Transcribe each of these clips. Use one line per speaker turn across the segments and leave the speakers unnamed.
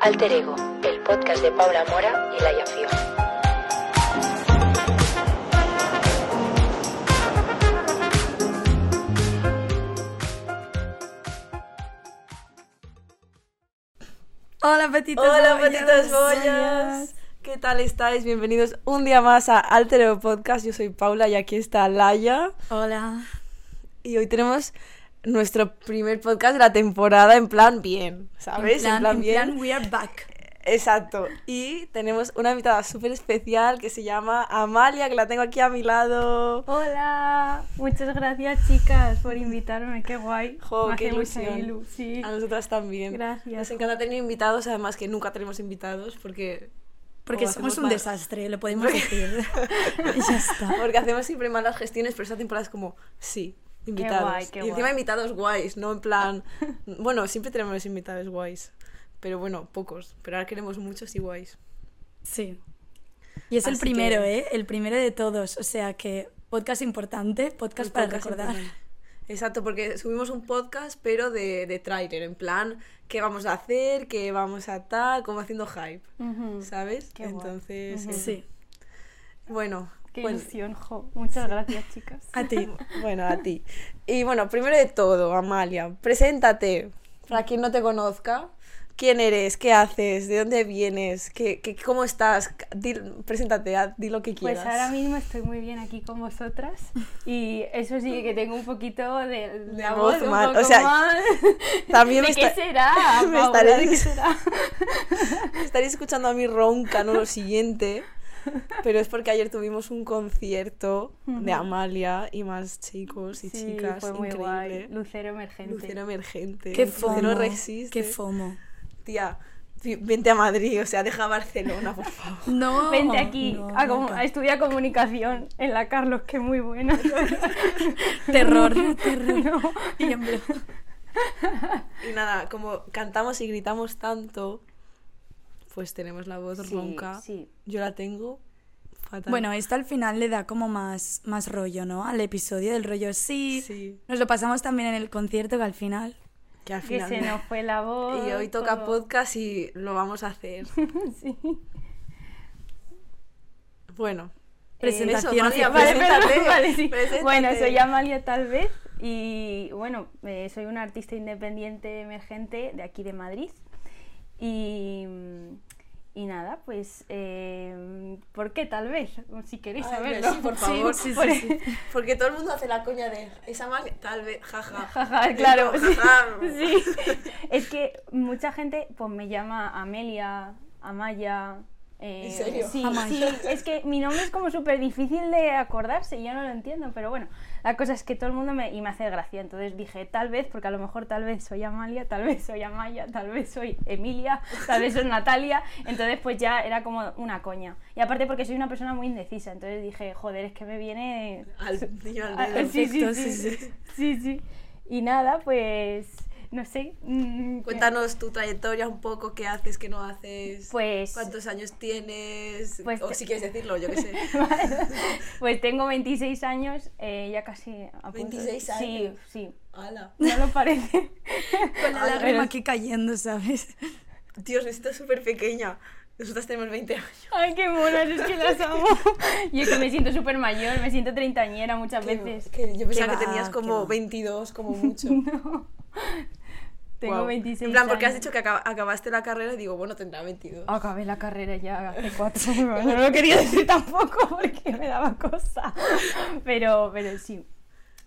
Alter Ego, el podcast de Paula Mora y Laia Fio.
Hola, petitas
Hola,
bollas.
patitas bollas. ¿Qué tal estáis? Bienvenidos un día más a Altero Podcast. Yo soy Paula y aquí está Laia.
Hola.
Y hoy tenemos nuestro primer podcast de la temporada en plan bien, ¿sabes?
En plan, en plan, we are back.
Exacto. Y tenemos una invitada súper especial que se llama Amalia, que la tengo aquí a mi lado.
Hola, muchas gracias chicas por invitarme, qué guay.
Jo,
Me hace
qué
mucha
ilusión.
ilu, sí.
A nosotras también.
Gracias.
Nos encanta tener invitados, además que nunca tenemos invitados porque...
Porque
o
somos
hacemos
un
mal-
desastre, lo podemos decir. Y ya está.
Porque hacemos siempre malas gestiones, pero esta temporada es como, sí, invitados.
guay, qué
y encima
guay.
invitados guays, no en plan. bueno, siempre tenemos invitados guays. Pero bueno, pocos. Pero ahora queremos muchos y guays.
Sí. Y es el
Así
primero,
que-
¿eh? El primero de todos. O sea que podcast importante, podcast
Un
para
podcast
recordar.
importante. Exacto, porque subimos un podcast, pero de, de tráiler, en plan, ¿qué vamos a hacer? ¿Qué vamos a tal? Como haciendo hype,
Ujú.
¿sabes?
Mm, Qué guay.
Entonces,
Ujú.
eh,
Sí.
bueno. pues
Qué
bueno,
ilusión, jo. Muchas gracias chicas.
A ti.
Bueno, a ti. Y bueno, primero de todo, Amalia, preséntate. Para quien no te conozca, ¿quién eres? ¿Qué haces? ¿De dónde vienes? ¿Qué, qué- cómo estás? Di- preséntate, haz- di lo que
Pues
quieras.
ahora mismo estoy muy bien aquí con vosotras y eso sí que tengo un poquito de, la
voz
voz, un
mal, o
poco
sea,
mal.
también
¿De
me
qué
está-
será?
me
Paula?
estaré-
¿De qué será?
Estaréis escuchando a mi ronca, no lo siguiente. Pero es porque ayer tuvimos un concierto de Amalia y más chicos y
Sí,
chicas.
fue muy guay.
increíble.
Lucero emergente.
Lucero emergente.
Qué
Lucero
fomo.
resiste.
Qué fomo.
Tía, vi- vente a Madrid, o sea, deja Barcelona, por favor.
No.
Vente aquí Ah,
no,
a, comu-
nunca.
a estudiar comunicación en la Carlos, que es muy buena.
Terror, terror.
No.
Tiemblo.
Y nada, como cantamos y gritamos tanto, pues tenemos la voz
Sí,
ronca.
sí.
Yo la tengo fatal.
Bueno, esto al final le da como más, más rollo, ¿no? Al episodio del rollo sí.
Sí.
Nos lo pasamos también en el concierto que al final.
que al
Que
final.
se nos fue la voz.
Y hoy toca
todo.
podcast y lo vamos a hacer.
Sí.
Bueno.
Presentación
eso, María,
oficial.
Eh, Vale,
preséntate,
perdón, vale, sí.
preséntate.
Bueno, soy Amalia tal vez y bueno, eh, soy una artista independiente emergente de aquí de Madrid y, y nada, pues eh, ¿por qué tal vez? Si queréis
Ay,
saberlo.
sí, por favor.
sí, sí,
Por-
sí.
Porque todo el mundo hace la coña de esa mal, tal vez, jaja.
Jaja, claro.
Jaja.
sí. Sí. Es que mucha gente pues me llama Amelia, Amaya. eh,
¿En serio?
Sí,
Amaya.
sí, es que mi nombre es como súper difícil de acordarse y yo no lo entiendo, pero bueno, la cosa es que todo el mundo me, y me hace gracia, entonces dije tal vez, porque a lo mejor tal vez soy Amalia, tal vez soy Amaya, tal vez soy Emilia, tal vez soy Natalia, entonces pues ya era como una coña. Y aparte porque soy una persona muy indecisa, entonces dije, joder, es que me viene
Al niño al
Ah,
dedo.
sí, sí,
Perfecto,
sí,
sí,
sí. Sí, sí. Y nada, pues, no sé. mm, que-
Cuéntanos tu trayectoria un poco, qué haces, qué no haces.
Pues,
¿Cuántos años tienes?
Pues
o
te-
si quieres decirlo, yo qué sé.
pues tengo 26 años, eh, ya casi a punto.
26 años.
Sí, sí.
Hala.
No lo parece.
Con la
Ay,
lágrima
pero-
aquí cayendo, ¿sabes?
Dios, me siento súper pequeña. Nosotras tenemos 20 años.
Ay, qué monas, es que las amo. Y es que me siento súper mayor, me siento treintañera muchas veces.
Que yo pensaba
va,
que tenías
qué
como
va.
22, como mucho.
No. Tengo
Guau.
26
En plan, porque has
años.
dicho
Ah.
que acab- acabaste la carrera y digo, bueno, tendrá 22.
Acabé la carrera ya hace cuatro años. No lo quería decir tampoco porque me daba cosa. Pero, pero sí.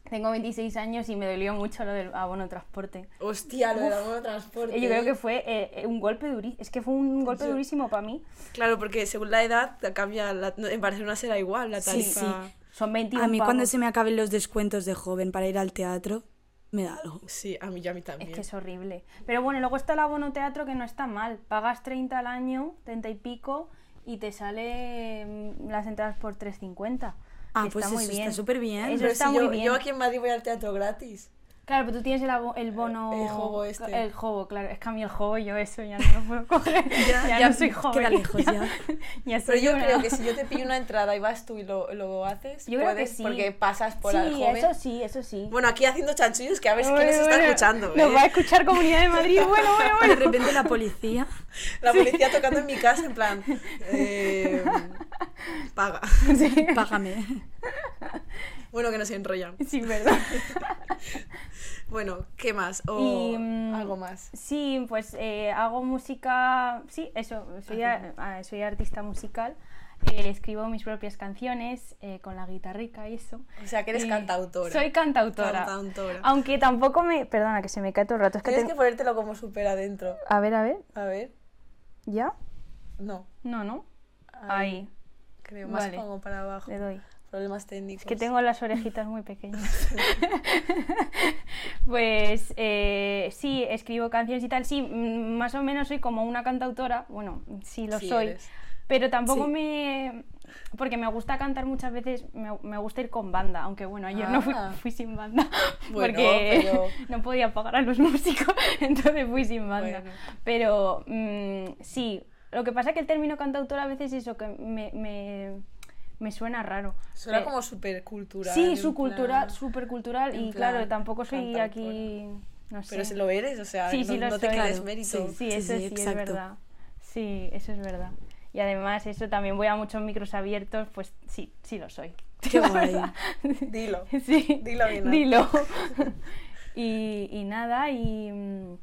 Tengo 26 años y me dolió mucho lo del abono transporte.
Hostia, lo del abono de transporte.
Eh, Yo creo que fue eh, eh, un golpe durísimo. Es que fue un golpe
Yo-
durísimo para mí.
Claro, porque según la edad te cambia. La... no, En Barcelona será igual la
Sí,
tarifa.
Son 21
A mí cuando
pavos.
se me acaben los descuentos de joven para ir al teatro, me da algo.
Sí, a mí ya a mí también.
Es que es horrible. Pero bueno, luego está el abono teatro que no está mal. Pagas 30 al año, 30 y pico, y te sale mm, las entradas por 3.50.
Ah,
que
pues
está muy
eso está
bien.
súper bien.
Eso
Pero
está
si
muy
yo,
bien.
yo aquí en Madrid voy al teatro gratis.
Claro, pero tú tienes el, abo- el bono.
El jobo este.
El jobo, claro. Es que a mí el jobo, yo eso ya no lo puedo coger. ya,
ya
no soy joven.
queda lejos ya.
ya soy
Pero yo
una-
creo que si yo te pillo una entrada y vas tú y lo, lo haces,
Yo creo
puedes,
que sí.
porque pasas por
sí,
al joven.
eso sí, eso sí.
Bueno, aquí haciendo chanchullos que a ver si quién nos
Bueno,
está
bueno,
escuchando. ¿eh?
Nos va a escuchar Comunidad de Madrid. Bueno, bueno,
De
bueno.
repente la policía.
La policía tocando en mi casa, en plan. eh, paga.
Sí,
Págame.
Bueno, que nos enrollan.
sí, verdad.
Bueno, ¿qué más? O
Y, mm,
algo más.
Sí, pues eh, hago música, sí, eso, soy, a- ah, soy artista musical, eh, escribo mis propias canciones eh, con la guitarrica y eso.
O sea, que eres
Y
cantautora.
eh, Soy cantautora.
Cantautora.
Aunque tampoco me... Perdona, que se me cae todo el rato. Es que
Tienes que
tengo-
ponértelo como súper adentro.
A ver, a ver,
A ver.
¿ya?
No.
No, no.
Ahí.
Ahí,
Creo, más
Vale.
como para abajo.
le doy.
Problemas técnicos.
Es que tengo las orejitas muy pequeñas. pues eh, sí, escribo canciones y tal. Sí, mm, más o menos soy como una cantautora. Bueno, sí lo
Sí
soy.
eres.
Pero tampoco
Sí.
me... Porque me gusta cantar muchas veces, me, me gusta ir con banda, aunque bueno, ayer no fui,
Ah.
fui sin banda,
Bueno,
porque
pero-
no podía pagar a los músicos, entonces fui sin banda.
Bueno.
Pero mm, sí, lo que pasa es que el término cantautor a veces es eso, que me, me, me suena raro.
Suena
Eh,
como súper cultural.
Sí,
en
su cultura,
plan-
súper cultural
en
y
plan
claro, tampoco soy
cantautora.
aquí, no sé.
Pero si lo eres, o sea,
Sí,
Ah, no,
sí lo
no te
soy.
crees
Claro,
mérito.
Sí,
Sí,
eso
sí,
sí, es
exacto.
verdad. Sí, eso es verdad. Y además eso también voy a muchos micros abiertos, pues sí, sí lo soy.
Qué
La
guay.
verdad.
Dilo.
Sí.
Dilo bien alto.
Dilo. y, y nada, y, mm,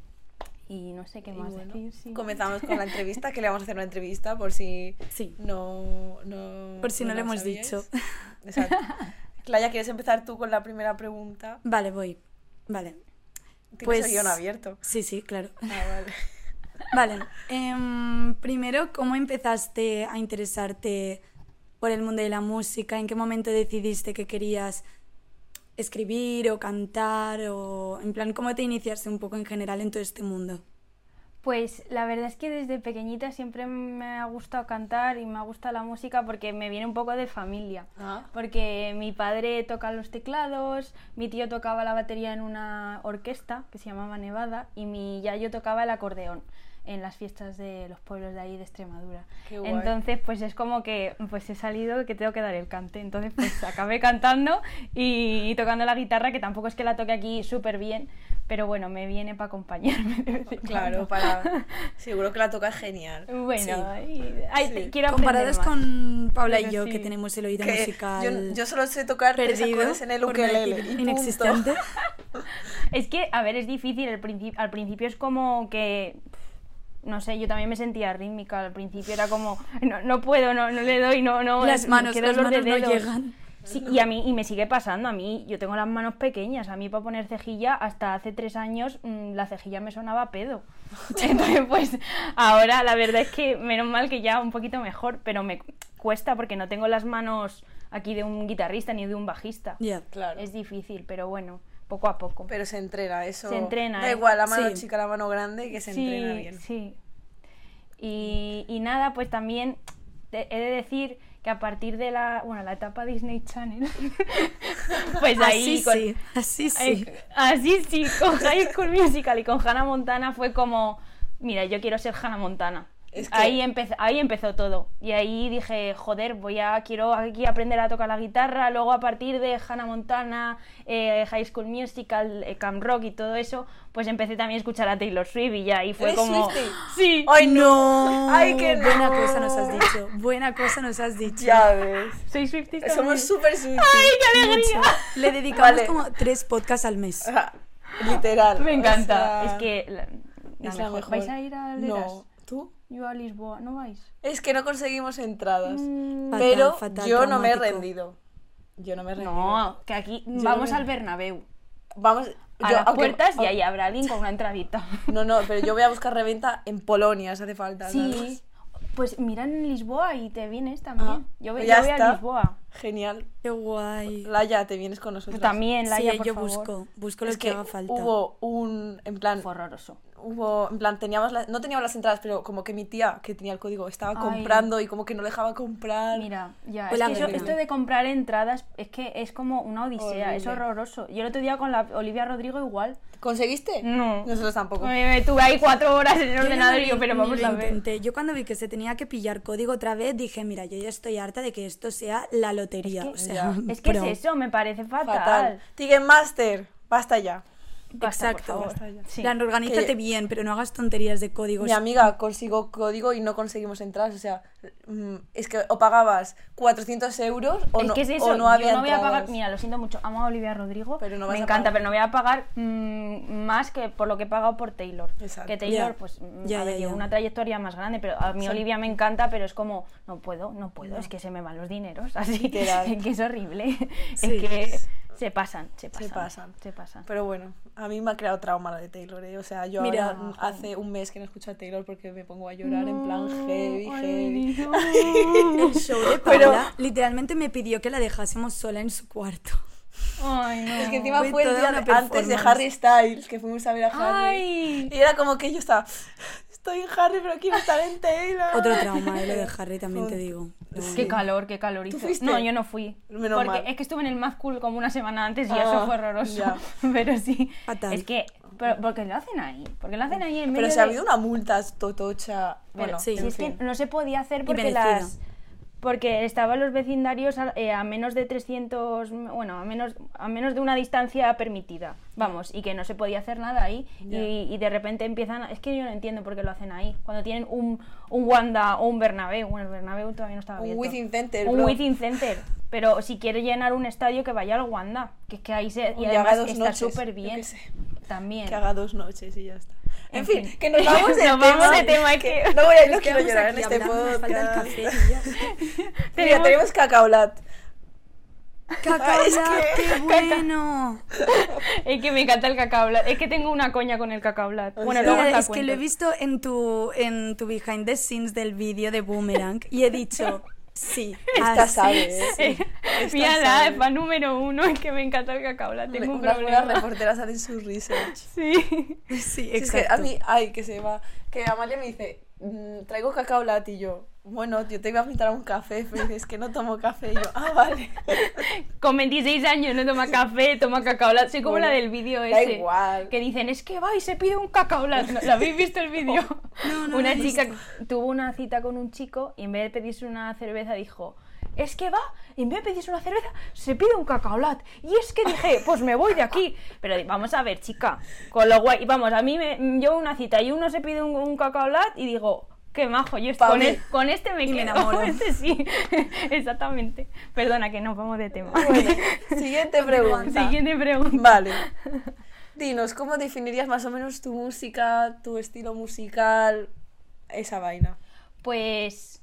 y no sé qué
Y
más
bueno,
decir. sí.
Comenzamos con la entrevista, que le vamos a hacer una entrevista por si
Sí.
no, no
Por si no
la
lo hemos
sabíais.
dicho.
Exacto. Claudia, ¿quieres empezar tú con la primera pregunta?
Vale, voy. Vale.
Tienes
Pues-
el guión abierto.
Sí, sí, claro.
Ah, vale.
Vale. em, primero, ¿cómo empezaste a interesarte por el mundo de la música? ¿En qué momento decidiste que querías escribir o cantar? O en plan, ¿cómo te iniciaste un poco en general en todo este mundo?
Pues la verdad es que desde pequeñita siempre me ha gustado cantar y me ha gustado la música porque me viene un poco de familia.
Ah,
Porque mi padre toca los teclados, mi tío tocaba la batería en una orquesta que se llamaba Nevada y mi yo tocaba el acordeón en las fiestas de los pueblos de ahí de Extremadura.
Qué guay.
Entonces, pues es como que pues he salido que tengo que dar el cante. Entonces, pues acabé cantando y tocando la guitarra, que tampoco es que la toque aquí súper bien, pero bueno, me viene para acompañarme. de vez en
claro,
cuando.
para... seguro que la tocas genial.
Bueno, y- ay,
Sí.
quiero aprender
Comparadas
más.
con Paula
Pero
y yo,
sí.
que tenemos el oído
Que
musical
yo, yo solo sé tocar tres
perdido,
acordes en el
por no
ukelele.
decir
y punto.
inexistente.
Es que, a ver, es difícil. el princi- al principio es como que. No sé, yo también me sentía rítmica. Al principio era como. No, no puedo, no, no le doy, no. no
Las
qué
manos, las
dolor de
manos no
dedos.
llegan.
Sí, y a mí, y me sigue pasando, a mí, yo tengo las manos pequeñas, a mí para poner cejilla, hasta hace tres años mm, la cejilla me sonaba a pedo. Entonces, pues ahora la verdad es que menos mal que ya un poquito mejor, pero me cuesta porque no tengo las manos aquí de un guitarrista ni de un bajista.
Ya.
Claro.
Es difícil, pero bueno, poco a poco.
Pero se entrena, eso.
Se entrena,
Da
¿eh?
igual, la mano
Sí.
chica, la mano grande, que se entrena bien.
Sí. Y, y nada, pues también te- he de decir que a partir de la, bueno, la etapa Disney Channel, pues ahí
así
con-
Ah, sí, así sí.
eh, así sí, con High School Musical y con Hannah Montana fue como, mira, yo quiero ser Hannah Montana.
Es que-
ahí, empezó, ahí empezó todo. Y ahí dije, joder, voy a, quiero aquí aprender a tocar la guitarra. Luego a partir de Hannah Montana, eh, High School Musical, eh, Camp Rock y todo eso, pues empecé también a escuchar a Taylor Swift y ya ahí fue
¿Eres
como...
Swiftie?
Sí,
¡Ay,
No,
¡Ay, que no!
buena cosa nos has dicho, buena cosa nos has dicho.
Ya ves.
soy Swiftie también.
Somos súper Swifties.
¡Ay, qué alegría!
Le dedicamos
Vale.
como tres podcasts al mes.
Ajá, Literal.
Me
o
encanta.
sea,
es que... la- la
es la
mejor.
mejor.
¿Vais a ir a Leras?
No. ¿Tú?
Yo a Lisboa, ¿no vais?
Es que no conseguimos entradas.
Mm,
Fatal,
pero
fatal,
yo no me he
traumático.
rendido. Yo no me he rendido.
No, que aquí
Yo
vamos
no-
al Bernabéu.
Vamos.
A
yo,
las
aunque-
puertas y
au-
ahí habrá alguien con una entradita.
No, no, pero yo voy a buscar reventa en Polonia, si hace falta. ¿sabes?
Sí. Pues mira en Lisboa y te vienes también.
Ah,
yo voy,
ya
yo voy a
está.
Pues
Lisboa.
Genial.
Qué guay.
Laia, te vienes con
Tú
nosotros.
también, Laia,
sí,
por
yo
favor.
busco, busco lo
Es
que,
que
haga falta.
hubo un, en plan,
Fue horroroso.
hubo, en plan, teníamos, la- no teníamos las entradas, pero como que mi tía, que tenía el código, estaba
Ay.
comprando y como que no le dejaba comprar.
Mira, ya,
Hola,
es que eso-
Gabriela.
esto de comprar entradas es que es como una odisea, es
Horrible.
horroroso. Yo el otro día con la Olivia Rodrigo igual.
¿Conseguiste?
No.
Nosotros tampoco.
Me, me tuve ahí cuatro horas en el
Yo
ordenador
no
y yo,
vi-
pero
ni
vamos
lo
a ver.
intenté. Yo cuando vi que se tenía que pillar código otra vez, dije, mira, yo ya estoy harta de que esto sea la lotería.
que-
o sea,
Es que
pro.
es eso, me parece fatal.
Fatal. Ticketmaster, basta ya.
Basta, por
Exacto.
favor.
Basta ya.
Sí.
Plan, organízate
Que-
bien, pero no hagas tonterías de códigos.
Pues
Mi amiga consiguió código y no conseguimos entradas, o sea, mm, es que o pagabas 400 euros o,
es
no,
que es eso,
o no había
yo no voy a pagar,
entradas.
mira, lo siento mucho, amo a Olivia Rodrigo,
Pero no
me
vas a
encanta,
pagar.
pero no voy a pagar mm, más que por lo que he pagado por Taylor.
Exacto.
Que Taylor,
Ya.
pues, mm,
Ya,
a ver,
ya,
lleva
ya.
una trayectoria más grande, pero a mí
Sí.
Olivia me encanta, pero es como, no puedo, no puedo, es que se me van los dineros, así
Literal.
que es horrible,
Sí.
es que se pasan, se pasan,
pasan.
se pasan.
Pero bueno, a mí me ha creado trauma la de Taylor, ¿eh? O sea, yo
Mira,
ahora, mm,
jo.
hace un mes que no escucho a Taylor porque me pongo a llorar en
Oh,
plan heavy, heavy.
heavy.
El show de
Pero-
Paula literalmente me pidió que la dejásemos sola en su cuarto.
Ay, no.
Es que encima
Fue
fue el
toda
día
una
de- antes de
performance.
Harry Styles, que fuimos a ver a Harry.
Ay.
Y era como que yo estaba, estoy en Harry, pero quiero estar en Taylor.
Otro trauma, eh, lo de Harry, también te digo. Pero
Qué
bueno.
calor, qué calor hizo.
fuiste?
No, yo no fui.
Menos
porque
mal.
es que estuve en el Mad Cool como una semana antes y
Ah,
eso fue horroroso.
ya.
Pero sí.
Fatal.
Es que. Pero, porque lo hacen ahí. Porque lo hacen ahí en medio.
Pero si
de-
ha habido una multa totocha.
Pero
bueno,
sí.
si
en
es que
fin.
no se podía hacer porque
merecida.
las. Porque estaban los vecindarios a, eh, a menos de 300. Bueno, a menos, a menos de una distancia permitida. Vamos, y que no se podía hacer nada ahí.
Ya.
Y, y de repente empiezan. a- es que yo no entiendo por qué lo hacen ahí. Cuando tienen un, un Wanda o un Bernabéu. Bueno, el Bernabéu todavía no estaba
Un
abierto.
Within Center,
Un
bro.
Within Center. Pero si quiere llenar un estadio, que vaya al Wanda. Que es que ahí se. Y
Y haga
además
dos
está
noches,
súper
yo
bien.
qué sé.
También.
Que haga dos noches y ya está. En,
En
fin,
fin.
que nos vamos de
Nos
tema.
vamos de tema, es que-
No, voy a, no
Nos
quiero
quedamos
llorar en
aquí
este
hablando, nos
podcast.
falta el café y ya.
Mira, tenemos cacaolat.
Cacao,
Es
ya,
que-
qué bueno.
Es que me encanta el cacao blat. Es que tengo una coña con el cacao blat.
O
Bueno,
sea-
luego os
Mira,
la
es que
cuento.
lo he visto en tu, en tu behind the scenes del vídeo de Boomerang y he dicho, sí,
Esta
así
sabe.
es.
¿eh? Esta
Mira, la
sabe.
fan número uno. Es que me encanta el cacao blat.
Le-
Tengo un
Las buenas
problema.
reporteras hacen su research.
Sí.
Sí,
Si es que
exacto.
a mí, ay, que se va. Que Amalia me dice, "Mm, traigo cacaolat y yo. Bueno, yo te iba a invitar a un café, pero dices que no tomo café. Y yo, ah, vale.
Con 26 años no toma café, toma cacao blat. Soy como
Bueno,
la del vídeo
da
ese.
igual.
Que dicen, es que va y se pide un cacao blat. ¿No- ¿Lo habéis visto el vídeo?
No, no
una
lo he
chica tuvo una cita con un chico y en vez de pedirse una cerveza dijo... Es que va, y en vez de pedirse una cerveza, se pide un cacao lat. Y es que dije, pues me voy de aquí. Pero di- vamos a ver, chica, con lo guay. Vamos, a mí me llevo una cita y uno se pide un, un cacao lat y digo, qué majo, yo est-
Pa'
con,
mí.
el- con este me
Y
quedo.
me enamoro.
Este sí, exactamente. Perdona que nos vamos de tema.
Bueno, siguiente pregunta.
Siguiente pregunta.
Vale. Dinos, ¿cómo definirías más o menos tu música, tu estilo musical, esa vaina?
Pues,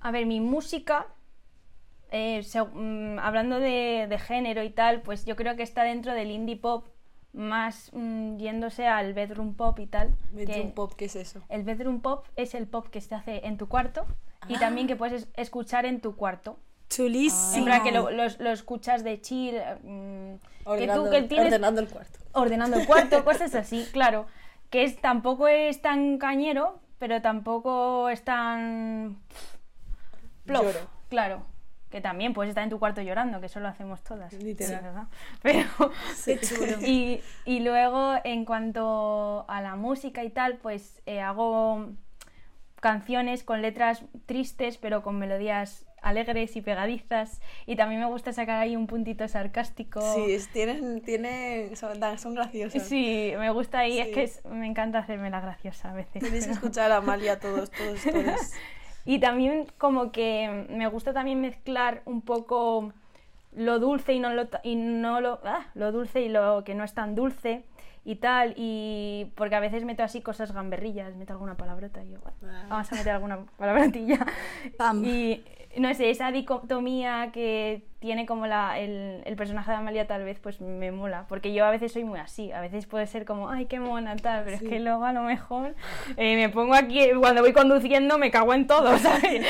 a ver, mi música, eh, se- mm, hablando de, de género y tal, pues yo creo que está dentro del indie pop, más mm, yéndose al bedroom pop y tal.
Bedroom
que
pop, ¿qué es eso?
El bedroom pop es el pop que se hace en tu cuarto y también
Ah.
que puedes es- escuchar en tu cuarto.
Chulísimo.
En plan que lo, los- lo escuchas de chill, mm, que tú
Ordenando,
que tienes
ordenando el cuarto.
ordenando el cuarto, cosas así, claro. Que es, tampoco es tan cañero, pero tampoco es tan. plof,
Lloro.
Claro. Que también puedes estar en tu cuarto llorando, que eso lo hacemos todas.
Literal.
sí, ¿verdad? Pero.
Qué chulo.
Y, y luego, en cuanto a la música y tal, pues eh, hago canciones con letras tristes, pero con melodías alegres y pegadizas. Y también me gusta sacar ahí un puntito sarcástico.
Sí, es- tienen, tienen, son, dan- son graciosas.
Sí, me gusta ahí, es
Sí.
que es- me encanta hacerme la graciosa a veces.
Tenéis que
pero-
escuchar a Amalia todos, todos, todos.
Y también como que me gusta también mezclar un poco lo dulce y no lo ta- y no lo, ah, lo dulce y lo que no es tan dulce y tal y porque a veces meto así cosas gamberrillas, meto alguna palabrota y yo, bueno,
Ah.
vamos a meter alguna palabrotilla.
Pam.
Y no sé, esa dicotomía que tiene como la, el, el personaje de Amalia tal vez pues me mola, porque yo a veces soy muy así, a veces puede ser como, ay, qué mona tal, pero es que luego a lo mejor eh, me pongo aquí, cuando voy conduciendo me cago en todo, ¿sabes?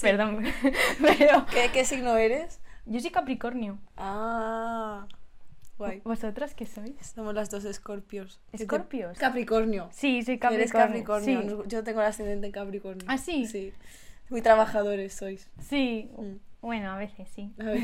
Perdón, pero
¿Qué, qué signo eres?
Yo soy Capricornio.
Ah,
Oh,
guay.
¿Vosotras qué sois?
Somos las dos escorpios. Yo te-
¿Escorpios?
Capricornio.
Sí, soy
Tú
Capricornio.
Eres Capricornio.
Sí.
no- Yo tengo el ascendente en Capricornio.
¿Ah, sí?
Sí. Muy trabajadores sois.
Sí.
Mm.
Bueno, a veces sí.
A ver,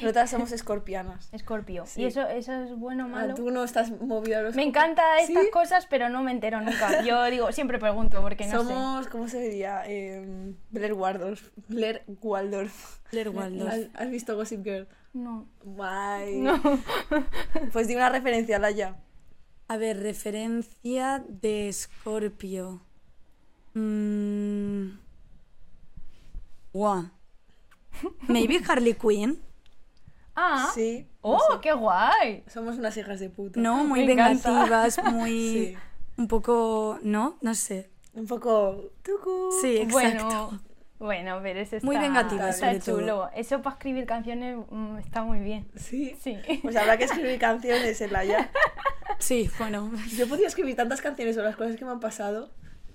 Nosotras somos escorpianas.
Escorpio.
Sí.
¿Y eso, eso es bueno o
Ah,
malo?
tú no estás movida a los
Me encantan
¿Sí?
estas cosas, pero no me entero nunca. Yo digo, siempre pregunto porque no
Somos, ¿cómo se diría? Eh, Blair Waldorf. Blair Waldorf.
Blair Waldorf.
¿Has, has visto Gossip Girl?
sé. No.
Guay.
No.
Pues di una referencia, Laia.
A ver, referencia de Scorpio. Mm. Guau. Maybe Harley Quinn.
ah.
Sí.
Oh, qué guay.
Somos unas hijas de puta.
No, muy
Me encanta.
vengativas, muy.
Sí.
Un poco. No, no sé.
Un poco. tucu.
Sí, exacto.
Bueno. Bueno, pero eso está,
Muy vengativa,
está
sobre todo.
chulo. Eso para escribir canciones mm, está muy bien.
Sí.
Sí.
Pues habrá que escribir canciones en Laia.
Sí, bueno.
Yo podía escribir tantas canciones sobre las cosas que me han pasado,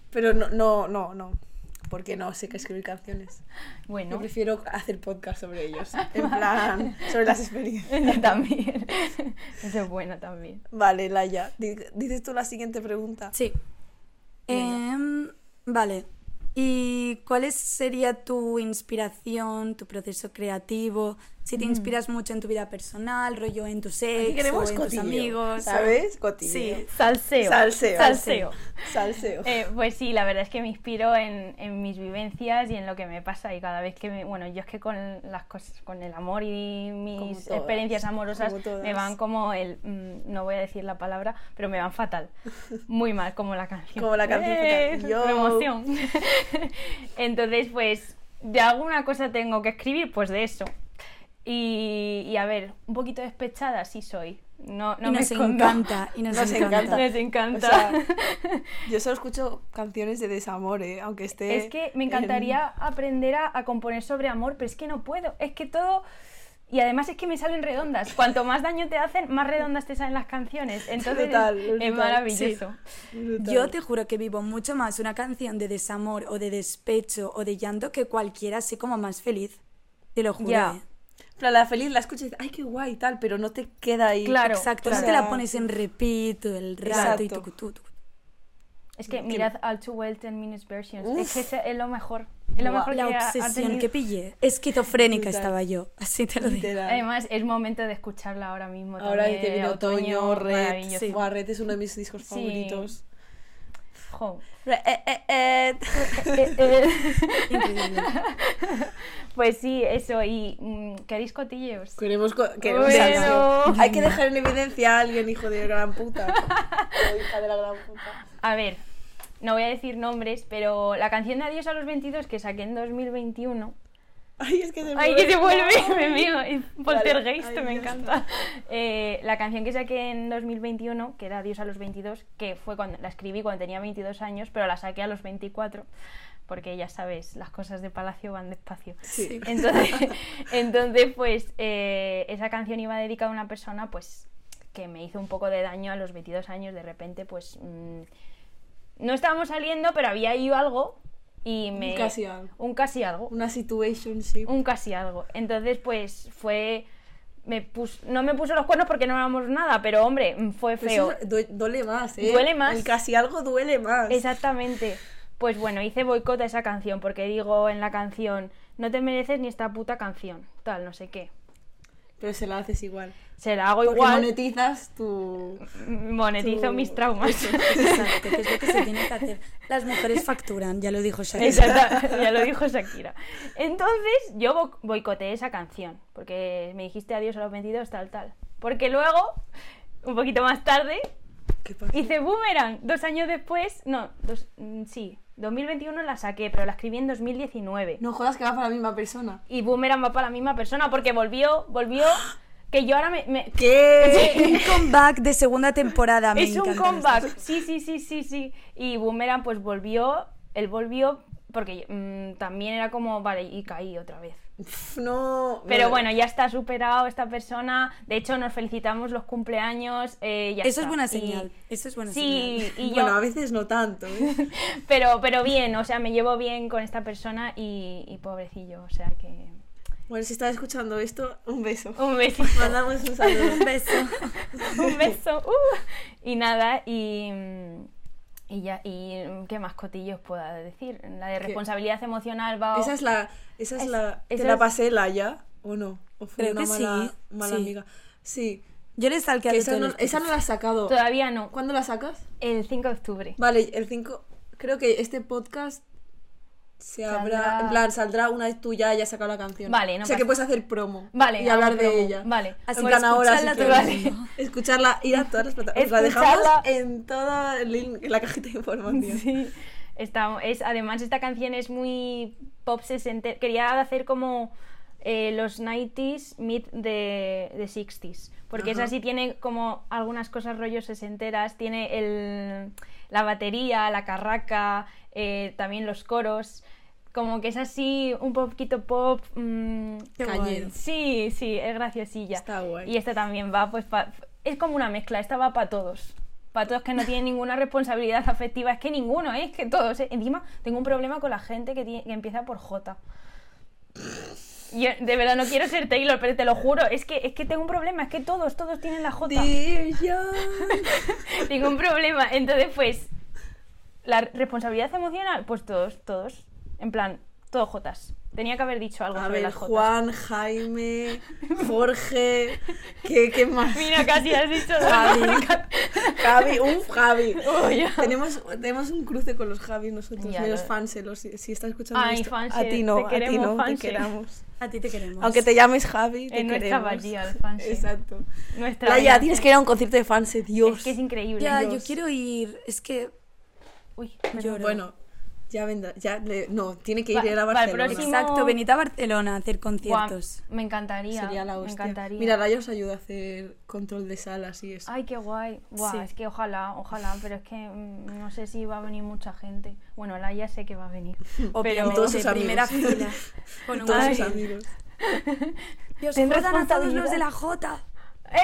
pero no, no, no, no. Porque no sé qué escribir canciones. Yo
Bueno,
prefiero hacer podcast sobre ellos. En plan, sobre las experiencias.
también. Eso es bueno también.
Vale, Laia. di- Dices tú la siguiente pregunta.
Sí. Em, vale. ¿Y cuál sería tu inspiración, tu proceso creativo? Si te inspiras mucho en tu vida personal, rollo en tus ex,
Aquí queremos
o en
cotillo,
tus amigos.
¿Sabes? Cotillo.
Sí.
Salseo.
Salseo.
Salseo.
Salseo.
Eh, pues sí, la verdad es que me inspiro en, en mis vivencias y en lo que me pasa y cada vez que me... Bueno, yo es que con las cosas, con el amor y mis
todas,
experiencias amorosas
como todas.
me van como el... mm, no voy a decir la palabra, pero me van fatal. Muy mal, como la canción.
Como la canción fatal.
¡Eh!
Yo-
Promoción. Entonces, pues, de alguna cosa tengo que escribir, pues de eso. Y, y a ver, un poquito despechada sí soy. No, no
y
me
nos
escondo.
encanta, y nos,
Nos
encanta.
encanta.
Les encanta.
O sea, yo solo escucho canciones de desamor, ¿eh? aunque esté.
Es que me
en-
encantaría aprender a, a componer sobre amor, pero es que no puedo. Es que todo. Y además es que me salen redondas. Cuanto más daño te hacen, más redondas te salen las canciones. Entonces
Brutal,
es,
brutal,
es maravilloso.
Brutal.
Yo te juro que vivo mucho más una canción de desamor o de despecho o de llanto que cualquiera así como más feliz. Te lo juro.
Ya.
¿eh?
Pero la feliz la escuchas y dices, ay, qué guay y tal, pero no te queda ahí.
Claro.
Exacto,
o
no
sea-
te la pones en repito el rato y
Exacto.
tucu, tu, tucu.
Es que mirad All Too Well 10 Minutes Versions. Es
Uf.
que ese es lo mejor. Es lo
Guau.
mejor
La
que ha- ha
obsesión
tenido.
que pillé. Esquizofrénica
Brutal.
estaba yo, así te lo digo.
Literal.
Además, es momento de escucharla ahora mismo.
Ahora
también,
que viene otoño, Red.
maravilloso.
sí.
Buah, Red es uno de mis discos
Sí.
favoritos.
Jo.
Re- eh, eh, eh.
Eh, eh.
Increíble.
Pues sí, eso. ¿Y mm, queréis cotilleos?
Queremos, co- queremos
Bueno.
salseo. Hay que dejar en evidencia a alguien, hijo de gran puta. O hija de la gran puta.
A ver, no voy a decir nombres, pero la canción de Adiós a los 22 que saqué en 2021.
Ay, es que se
¡Ay,
mueve.
que se vuelve! ¡Me mío! es Poltergeist,
Ay,
me
Dios.
encanta. Eh, la canción que saqué en 2021, que era Adiós a los 22, que fue cuando la escribí cuando tenía 22 años, pero la saqué a los 24, porque ya sabes, las cosas de palacio van despacio.
Sí.
Entonces, entonces pues eh, esa canción iba dedicada a una persona pues que me hizo un poco de daño a los 22 años, de repente pues mm, no estábamos saliendo, pero había ido algo y me...
casi algo.
Un casi algo.
Una situationship.
Un casi algo. Entonces pues fue... Me pus- no me puso los cuernos porque no éramos nada, pero hombre, mm, fue
Pues
feo.
eso due- duele más, ¿eh?
Duele más.
El casi algo duele más.
Exactamente. Pues bueno, hice boicot a esa canción porque digo en la canción, no te mereces ni esta puta canción, tal, no sé qué.
Pero se la haces igual.
Se la hago
Porque
igual.
monetizas tu...
monetizo
tu-
mis traumas.
Exacto, que es lo que se tiene que hacer. Las mujeres facturan, ya lo dijo Shakira.
Exacto, ya lo dijo Shakira. Entonces yo bo- boicoteé esa canción, porque me dijiste adiós a los 22, tal, tal. Porque luego, un poquito más tarde,
¿Qué pasa?
hice Boomerang. Dos años después, no, dos, mm, sí, 2021 la saqué, pero la escribí en 2019.
No jodas que va para la misma persona.
Y Boomerang va para la misma persona, porque volvió, volvió, que yo ahora me... me-
¿Qué?
Un comeback de segunda temporada, me
es un
encantan
comeback. Sí, sí, sí, sí, sí. Y Boomerang pues volvió, él volvió porque mm, también era como, vale, y caí otra vez.
Pf, No.
Pero bueno, ya está superado esta persona. De hecho, nos felicitamos los cumpleaños. eh, ya
Eso es
está.
buena
Y-
señal, eso es buena
sí, y yo,
Bueno, a veces no tanto, ¿eh?
pero, pero bien, o sea, me llevo bien con esta persona y, y pobrecillo, o sea que
Bueno, si estás escuchando esto, un beso.
Un besito.
Mandamos un saludo.
Un beso.
un beso. uh. Y nada, y, mm, y ya, y mm, qué más cotillos pueda decir. La de responsabilidad emocional va.
Esa es la. Esa es,
Es-
la. ¿Te
esa
la
es-
pasé Laia? ¿O no? ¿O fue
Creo
una
que sí,
mala, mala
sí.
amiga? Sí.
Yo les
Que
salqué
esa, no, esa no la has sacado.
Todavía no.
¿Cuándo la sacas?
El 5 de octubre.
Vale, el 5. Creo que este podcast se habrá.
Saldrá-
En plan, saldrá una vez tú ya hayas sacado la canción.
Vale, no
O sea que
pasa-
puedes hacer promo.
Vale,
Y hablar
hago
de
promo.
ella.
Vale.
Así
en
que
plan ahora sí que
escuchadla todo el
vale.
mundo.
escucharla, ir a todas las plataformas. La dejamos
Escucharla.
en todo el link, en la cajita de información.
Sí. Está- es, además, esta canción es muy pop 60. Quería hacer como eh, los 90s, mid de, de 60s. Porque
Ajá.
es así, tiene como algunas cosas rollos sesenteras. Tiene el, la batería, la carraca, eh, también los coros. Como que es así, un poquito pop. mm,
Qué guay.
Cañero.
sí, sí, es graciosilla.
Está guay.
Y esta también va, pues, pa- es como una mezcla, esta va para todos. Para todos que no tienen ninguna responsabilidad afectiva, es que ninguno, ¿eh? es que todos. ¿eh? Encima tengo un problema con la gente que, tiene- que empieza por J. Yo de verdad no quiero ser Taylor, pero te lo juro, es que, es que tengo un problema, es que todos, todos tienen la J.
Dear John.
Tengo un problema, entonces pues la responsabilidad emocional, pues todos, todos, en plan, todos Jotas. Tenía que haber dicho algo
A
sobre
ver,
las Jotas.
Juan, Jaime, Jorge, ¿qué, qué más?
Mira, casi has dicho dos
Javi.
marcas.
Javi, un Javi.
Uy, ya.
Tenemos, tenemos un cruce con los Javis nosotros,
Ya,
menos
lo-
fanselos, si, si estás escuchando
Ay,
esto.
fansel,
a ti no,
te
a ti
queremos,
no, te
fansel.
queramos.
A ti te queremos.
Aunque te llames Javi, te
En nuestra
queremos.
bahía, el fansel.
Exacto.
Nuestra
Laia,
vida.
tienes que ir a un concierto de fanse, Dios.
Es que es increíble.
Ya, yo
Dios.
quiero ir. Es que
Uy,
lloro.
Bueno, ya vendrá, ya le- no, tiene que ir
Va-
él a
va, el
Barcelona.
próximo-
Exacto, venid a Barcelona a hacer
guau,
conciertos.
me encantaría.
Sería la
Me
hostia.
encantaría.
Mira, Laia os ayuda a hacer control de salas y eso.
Ay, qué guay. Guau,
Sí.
Es que ojalá, ojalá, pero es que mm, no sé si va a venir mucha gente. Bueno, la ya sé que va a venir.
Obviamente,
todos sus amigos.
primera fila. Con un
Todos
Ay.
sus amigos.
Dios,
Ten
jodan a todos los
responsabilidad.
de la J.
¡Eh,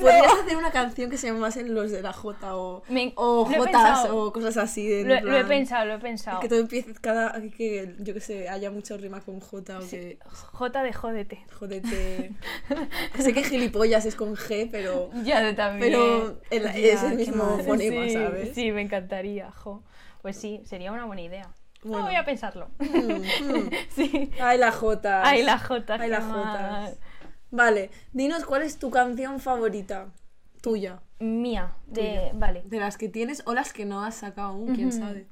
Podrías
dilo!
hacer una canción que se llamase Los de la J o,
Me-
o
lo he
Jotas
pensado.
o cosas así. de en
Lo, he- lo he
plan-
pensado, lo he pensado.
Que todo empiece cada. que yo que sé, haya mucho rima con J o que.
J de jódete.
Jodete. sé que gilipollas es con G, pero.
Ya, de también.
Pero el-
Ya,
es el
qué
mismo
mal.
fonema,
sí,
¿sabes?
Sí, me encantaría, jo. Pues sí, sería una buena idea.
Bueno.
No voy a pensarlo.
Mm, mm.
sí.
Ay, la J.
Ay, la J.
Ay, la
qué
J.
mal.
Vale, dinos cuál es tu canción favorita. Tuya.
Mía, de. Vale.
De las que tienes o las que no has sacado aún, quién sabe.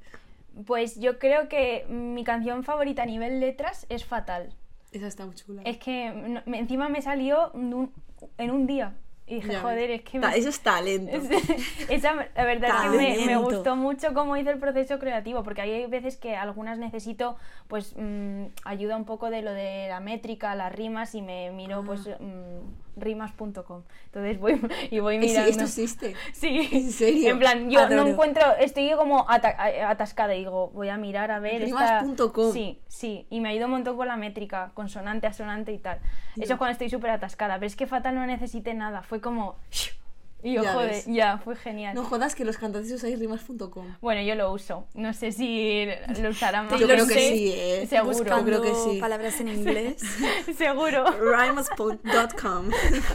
Pues yo creo que mi canción favorita a nivel letras es Fatal.
Esa está muy chula.
Es que no- me- encima me salió en un, en un día. Y dije,
Ya
joder,
ves.
es que...
Ta-
me-
Eso es talento.
es- esa, la verdad es que me- me,
Talento.
gustó mucho cómo hice el proceso creativo, porque hay veces que algunas necesito, pues, mm, ayuda un poco de lo de la métrica, las rimas, y me
Ah.
miro, pues, mm, rimas.com. Entonces voy y voy
Eh, sí,
mirando.
esto existe.
Sí.
¿En serio?
En plan, yo
Adoro.
no encuentro, estoy como ata- a- atascada y digo, voy a mirar a ver esta...
Rimas.com.
Sí, sí, y me ayuda un montón con la métrica, consonante, asonante y tal. Eso
Ya.
es cuando estoy súper atascada, pero es que Fatal no necesité nada, fue como... Y yo,
Ya
joder,
ves.
ya, fue genial.
No jodas que los cantantes usáis rimas.com.
Bueno, yo lo uso, no sé si lo usará más.
Yo
lo
creo que
sé,
sí, ¿eh?
Seguro,
Yo creo que
Buscando
sí.
palabras en inglés.
seguro.
Rimas.com.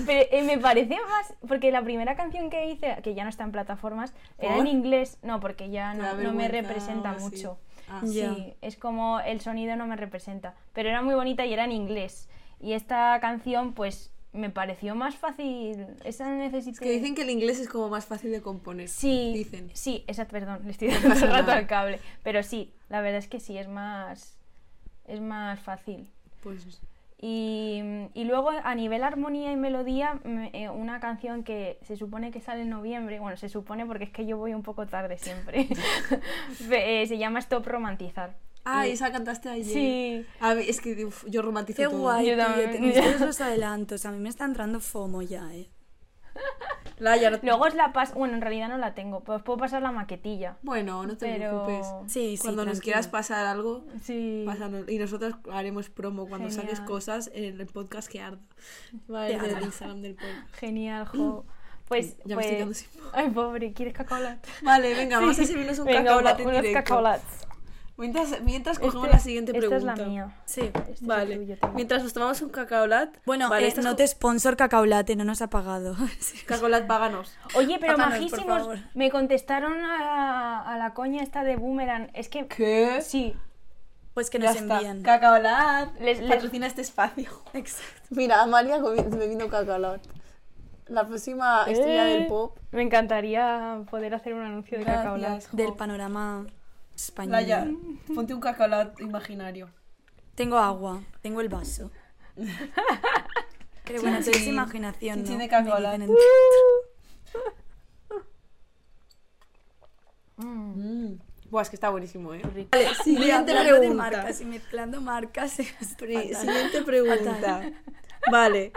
Pero eh, me parece más, porque la primera canción que hice, que ya no está en plataformas, era
¿Por?
en inglés, no, porque ya
Te da
no, no me
vergüenza
representa
o así.
mucho.
Ah.
Sí,
Ya.
es como el sonido no me representa, pero era muy bonita y era en inglés. Y esta canción, pues, me pareció más fácil. Esa necesité...
Es que dicen que el inglés es como más fácil de componer.
Sí,
Dicen.
sí, esa, perdón, le estoy dando
pasa
el rato
nada.
al cable. Pero sí, la verdad es que sí, es más, es más fácil.
Pues
Y, mm, y luego a nivel armonía y melodía, me- eh, una canción que se supone que sale en noviembre, bueno, se supone porque es que yo voy un poco tarde siempre, Fe- eh, se llama Stop Romantizar.
Ah,
Y-
esa cantaste ayer.
Sí.
A mí- es que uf, yo romantizo
Qué
todo.
guay,
Yo
tío.
también.
tenéis todos los adelantos. A mí me está entrando FOMO ya, eh.
Laia, no-
Luego os la paso, bueno, en realidad no la tengo, pero os puedo pasar la maquetilla.
Bueno, no te
pero...
preocupes.
Sí, sí.
Cuando nos
tranquila.
quieras pasar algo,
Sí.
pásanos. Y nosotros haremos promo cuando
Genial.
saques cosas en el podcast que arda. Vale,
Que arda.
del Instagram del podcast.
Genial, jo. Pues,
Ya me
pues...
estoy quedando sin
Ay, pobre, ¿quieres cacaolat?
Vale, venga, vamos a servirnos un
Venga,
cacaolate en
unos
directo.
cacaolats.
Mientras, mientras cogemos
Este-
la siguiente
esta
pregunta.
es la mía.
Sí.
Este es el tuyo
Vale.
también.
Mientras nos tomamos un cacaolat.
Bueno,
vale,
eh,
esta es
no
co-
te sponsor cacaulate, no nos ha pagado. Sí.
Cacaolat, páganos.
Oye, pero
Páganos, por
majísimos,
favor.
me contestaron a la, a la coña esta de Boomerang. Es que.
¿Qué?
Sí.
Pues que
Ya
nos
está.
envían.
Cacaolat.
Les- les-
Patrocina este espacio.
Exacto.
Mira, Amalia comi- bebiendo cacaolat. La próxima estrella
Eh,
del pop.
Me encantaría poder hacer un anuncio de
Gracias.
cacao. Land.
Del panorama español.
Laia, ponte un cacaolat imaginario.
Tengo agua, tengo el vaso. Pero bueno,
Chin,
eso es
chin.
imaginación,
Chin,
¿no?
chin de
Me
cacaolat.
dicen en Twitter.
Mm.
Buah, es que está buenísimo, ¿eh?
rico.
Vale, siguiente
Hablando de
pregunta.
marcas y mezclando marcas. es
Pri-
fatal.
Siguiente pregunta. Vale.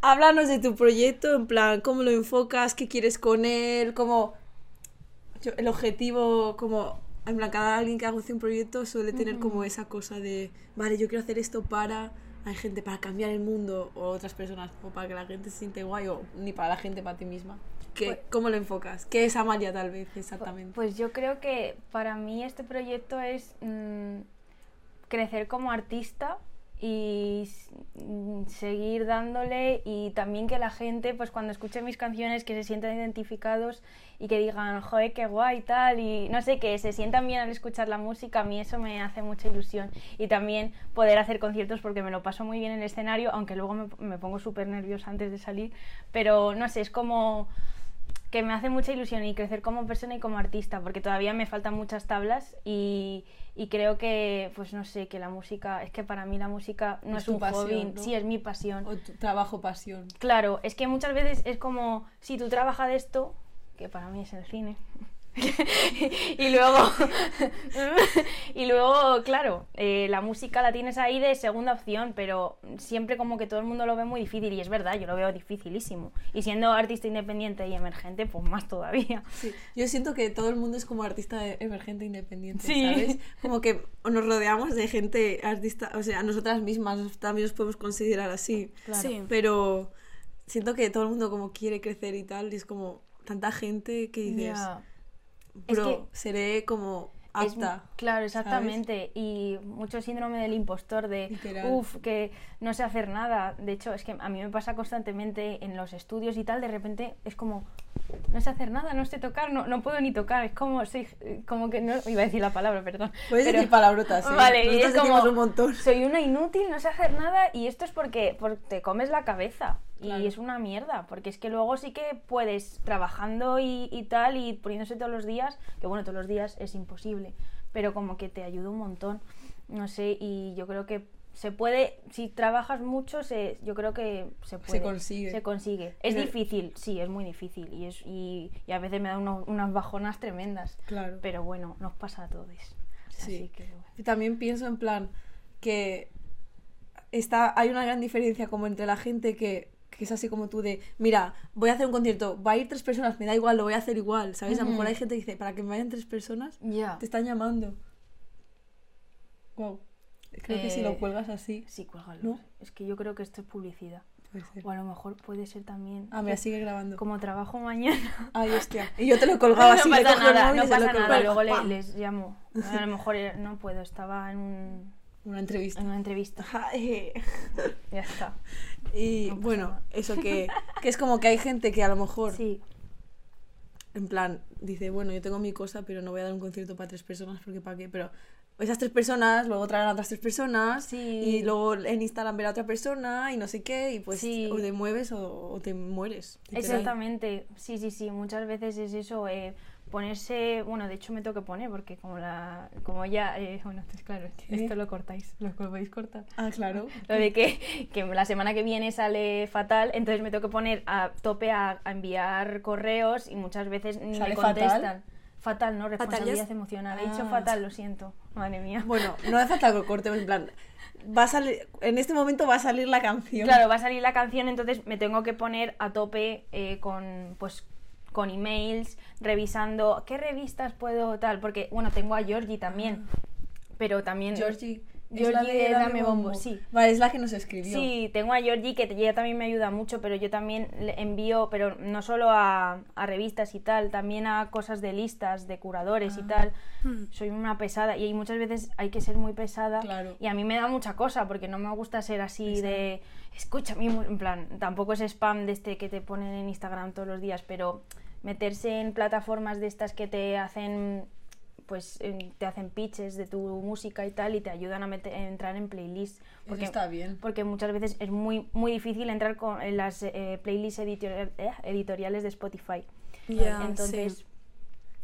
Háblanos de tu proyecto, en plan, cómo lo enfocas, qué quieres con él, cómo... yo- el objetivo, como... En plan, cada alguien que hace un proyecto suele tener como esa cosa de, vale, yo quiero hacer esto para... Hay gente para cambiar el mundo o otras personas, o para que la gente se siente guay, o ni para la gente, para ti misma. ¿Qué,
Pues-
¿Cómo lo enfocas? ¿Qué es Amalia tal vez exactamente?
Pues yo creo que para mí este proyecto es mm, crecer como artista y s- mm, seguir dándole y también que la gente pues cuando escuche mis canciones que se sientan identificados y que digan joder qué guay tal y no sé que se sientan bien al escuchar la música a mí eso me hace mucha ilusión y también poder hacer conciertos porque me lo paso muy bien en el escenario aunque luego me, me pongo súper nerviosa antes de salir pero no sé es como que me hace mucha ilusión y crecer como persona y como artista, porque todavía me faltan muchas tablas y, y creo que, pues no sé, que la música, es que para mí la música no
Es
es,
tu
un
pasión,
hobby,
¿no?
sí, es mi pasión.
o tu trabajo, pasión.
Claro, es que muchas veces es como, si tú trabajas de esto, que para mí es el cine, y luego, y luego, claro, eh, la música la tienes ahí de segunda opción, pero siempre como que todo el mundo lo ve muy difícil, y es verdad, yo lo veo dificilísimo. Y siendo artista independiente y emergente, pues más todavía.
Sí, yo siento que todo el mundo es como artista de- emergente independiente,
Sí.
¿sabes? Como que nos rodeamos de gente artista, o sea, nosotras mismas también nos podemos considerar así,
Claro.
Sí.
pero siento que todo el mundo como quiere crecer y tal, y es como tanta gente que dices, bro,
que-
seré como
Es-
apta.
claro, exactamente. Y mucho síndrome del impostor de,
Literal.
uff, que no sé hacer nada. De hecho, es que a mí me pasa constantemente en los estudios y tal, de repente es como, no sé hacer nada, no sé tocar, no, no puedo ni tocar. Es como, soy, como que, no iba a decir la palabra, perdón.
Puedes
pero-
decir palabrotas, ¿eh?
Vale, y
Nosotras
es como,
decimos un montón.
soy una inútil, no sé hacer nada y esto es porque, porque te comes la cabeza.
Claro.
Y es una mierda, porque es que luego sí que puedes trabajando y, y tal y poniéndose todos los días, que bueno, todos los días es imposible, pero como que te ayuda un montón, no sé, y yo creo que se puede, si trabajas mucho, se, yo creo que se puede.
consigue.
Se consigue. Es
Pero-
difícil, sí, es muy difícil y, es, y, y a veces me da unos- unas bajonas tremendas,
Claro.
pero bueno, nos pasa a todos. Así
Sí.
que bueno.
Y También pienso en plan que está, hay una gran diferencia como entre la gente que, que es así como tú de, mira, voy a hacer un concierto, va a ir tres personas, me da igual, lo voy a hacer igual, ¿sabes? A lo mejor
Ujú.
hay gente que dice, para que me vayan tres personas,
Ya.
te están llamando. Wow. Creo que si lo
Eh,
cuelgas así,
Sí, cuélgalo.
¿No?
Es que yo creo que esto es publicidad.
puede ser.
O a lo mejor puede ser también.
Ah, mira, sigue grabando.
Como trabajo mañana.
Ay, hostia. Y yo te lo colgaba así,
no
le
pasa
cojo el
nada,
móvil y
no
se lo
pasa nada.
colgaba.
Luego le-
¡Pam!
les llamo. A lo mejor era- no puedo, estaba en, un-
Una
en
entrevista.
una entrevista. Ya está.
Y
No pasa
bueno,
nada.
eso que, que es como que hay gente que a lo mejor
Sí,
En plan, dice, bueno, yo tengo mi cosa, pero no voy a dar un concierto para tres personas, porque para qué, pero esas tres personas, luego traerán a otras tres personas,
Sí.
y luego en Instagram verá a otra persona, y no sé qué, y pues
Sí.
o te mueves o, o te mueres. literal.
exactamente. Sí, sí, sí. Muchas veces es eso. eh, ponerse. Bueno, de hecho me tengo que poner porque como la como ya. eh, bueno, esto es claro. es que
¿Eh?
Esto lo cortáis. Lo podéis cortar.
Ah, claro.
Lo de que, que la semana que viene sale fatal, entonces me tengo que poner a tope a, a enviar correos y muchas veces ni
¿Sale
me
fatal?
contestan. Fatal, no,
ya
responsabilidad
es-
emocional. He
Ah.
dicho fatal, lo siento. Madre mía.
Bueno, no hace falta que lo cortemos, en plan, va a salir, en este momento va a salir la canción.
Claro, va a salir la canción, entonces me tengo que poner a tope eh, con pues con emails,
Ah.
revisando qué revistas puedo tal, porque bueno, tengo a Georgie también, pero también
Georgie, Es la de
Georgie de Dame Bombo, sí.
Vale, es la que nos escribió.
Sí, tengo a Georgie que ella también me ayuda mucho, pero yo también le envío, pero no solo a, a revistas y tal, también a cosas de listas, de curadores
Ah.
y tal.
Hmm.
Soy una pesada y hay muchas veces hay que ser muy pesada
Claro.
y a mí me da mucha cosa porque no me gusta ser así de escucha a mí mu- en plan, tampoco es spam de este que te ponen en Instagram todos los días, pero meterse en plataformas de estas que te hacen pues en- te hacen pitches de tu música y tal y te ayudan a, meter- a entrar en playlists
Eso está bien.
porque muchas veces es muy muy difícil entrar con en las eh, playlists editorial- eh, editoriales de Spotify
Ya,
entonces
sí.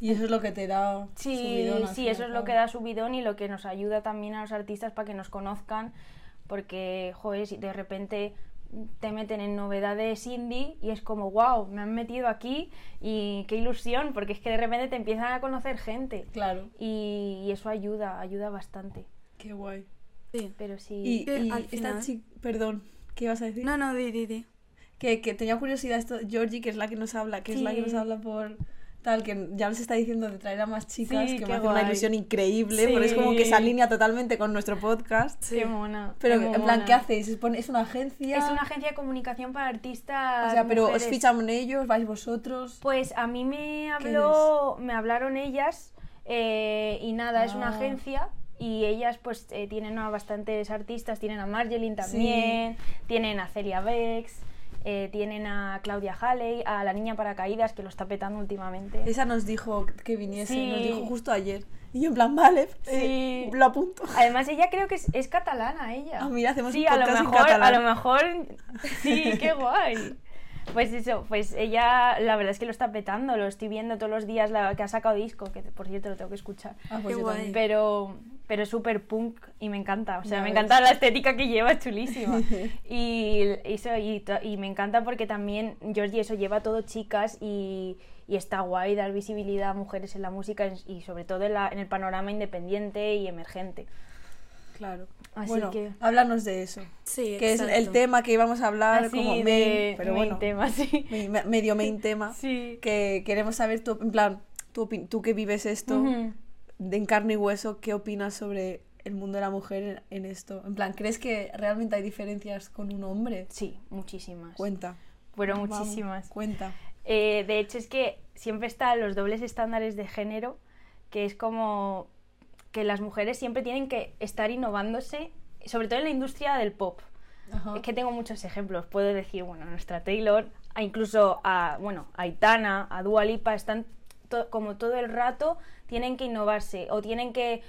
Y eso es lo que te da.
sí
subidón, al fin
sí
y
eso
al
es lo
cabo.
que da subidón y lo que nos ayuda también a los artistas para que nos conozcan porque joder si de repente te meten en novedades indie y es como wow me han metido aquí y qué ilusión porque es que de repente te empiezan a conocer gente
Claro,
y, y eso ayuda ayuda bastante
qué guay.
Sí.
pero sí
Y,
Que
y
al
esta
final-
chi- Perdón, ¿qué ibas a decir?
No, no, di, di, di.
Que, que tenía curiosidad esto, Georgie, que es la que nos habla, que es la que
Sí.
nos habla por tal, que ya nos está diciendo de traer a más chicas,
Sí,
que
qué
me hace una
guay.
ilusión increíble, porque es como que se
Sí.
alinea totalmente con nuestro podcast.
qué mona
Pero
qué
en plan,
mona.
¿qué hacéis? ¿Es, pon- es una agencia?
Es una agencia de comunicación para artistas.
O sea, pero
mujeres.
os fichan ellos, vais vosotros.
Pues a mí me habló, me hablaron ellas eh, y nada, es una
Ah.
agencia y ellas pues eh, tienen a bastantes artistas, tienen a Margelin también, tienen a Celia Bex, eh, tienen a Claudia Haley, a la niña paracaídas que lo está petando últimamente.
Esa nos dijo que viniese, nos
Sí.
dijo justo ayer. Y yo en plan, vale, eh,
Sí.
lo apunto.
Además ella creo que es, es catalana ella.
Ah, mira, hacemos
sí,
un
a
podcast
lo
en
mejor,
catalán.
a lo mejor, sí, qué guay. Pues eso, pues ella, la verdad es que lo está petando, lo estoy viendo todos los días, la que ha sacado disco, que por cierto lo tengo que escuchar.
Ah, pues
Qué
yo
guay.
también.
Pero, pero es súper punk y me encanta, o sea,
Ya
me
ves.
encanta la estética que lleva, es chulísima. y, eso, y, to- y me encanta porque también Georgie eso lleva todo chicas y, y está guay dar visibilidad a mujeres en la música y sobre todo en, la- en el panorama independiente y emergente.
Claro.
Así
bueno,
que-
háblanos de eso.
Sí,
que
exacto.
es el tema que íbamos a hablar
Así
como
de
main, pero
main
bueno,
tema, sí.
main- me- medio main tema.
Sí.
Que queremos saber tu, en plan, tu opin- tú que vives esto
Ujú.
de en carne y hueso, ¿qué opinas sobre el mundo de la mujer en, en esto? En plan, ¿crees que realmente hay diferencias con un hombre?
Sí, muchísimas.
Cuenta.
Fueron
Vamos,
muchísimas.
cuenta.
Eh, de hecho, es que siempre están los dobles estándares de género, que es como que las mujeres siempre tienen que estar innovándose, sobre todo en la industria del pop.
Ajá.
Es que tengo muchos ejemplos. Puedo decir, bueno, nuestra Taylor, a incluso a, bueno, a Aitana, a Dua Lipa, están to- como todo el rato tienen que innovarse o tienen que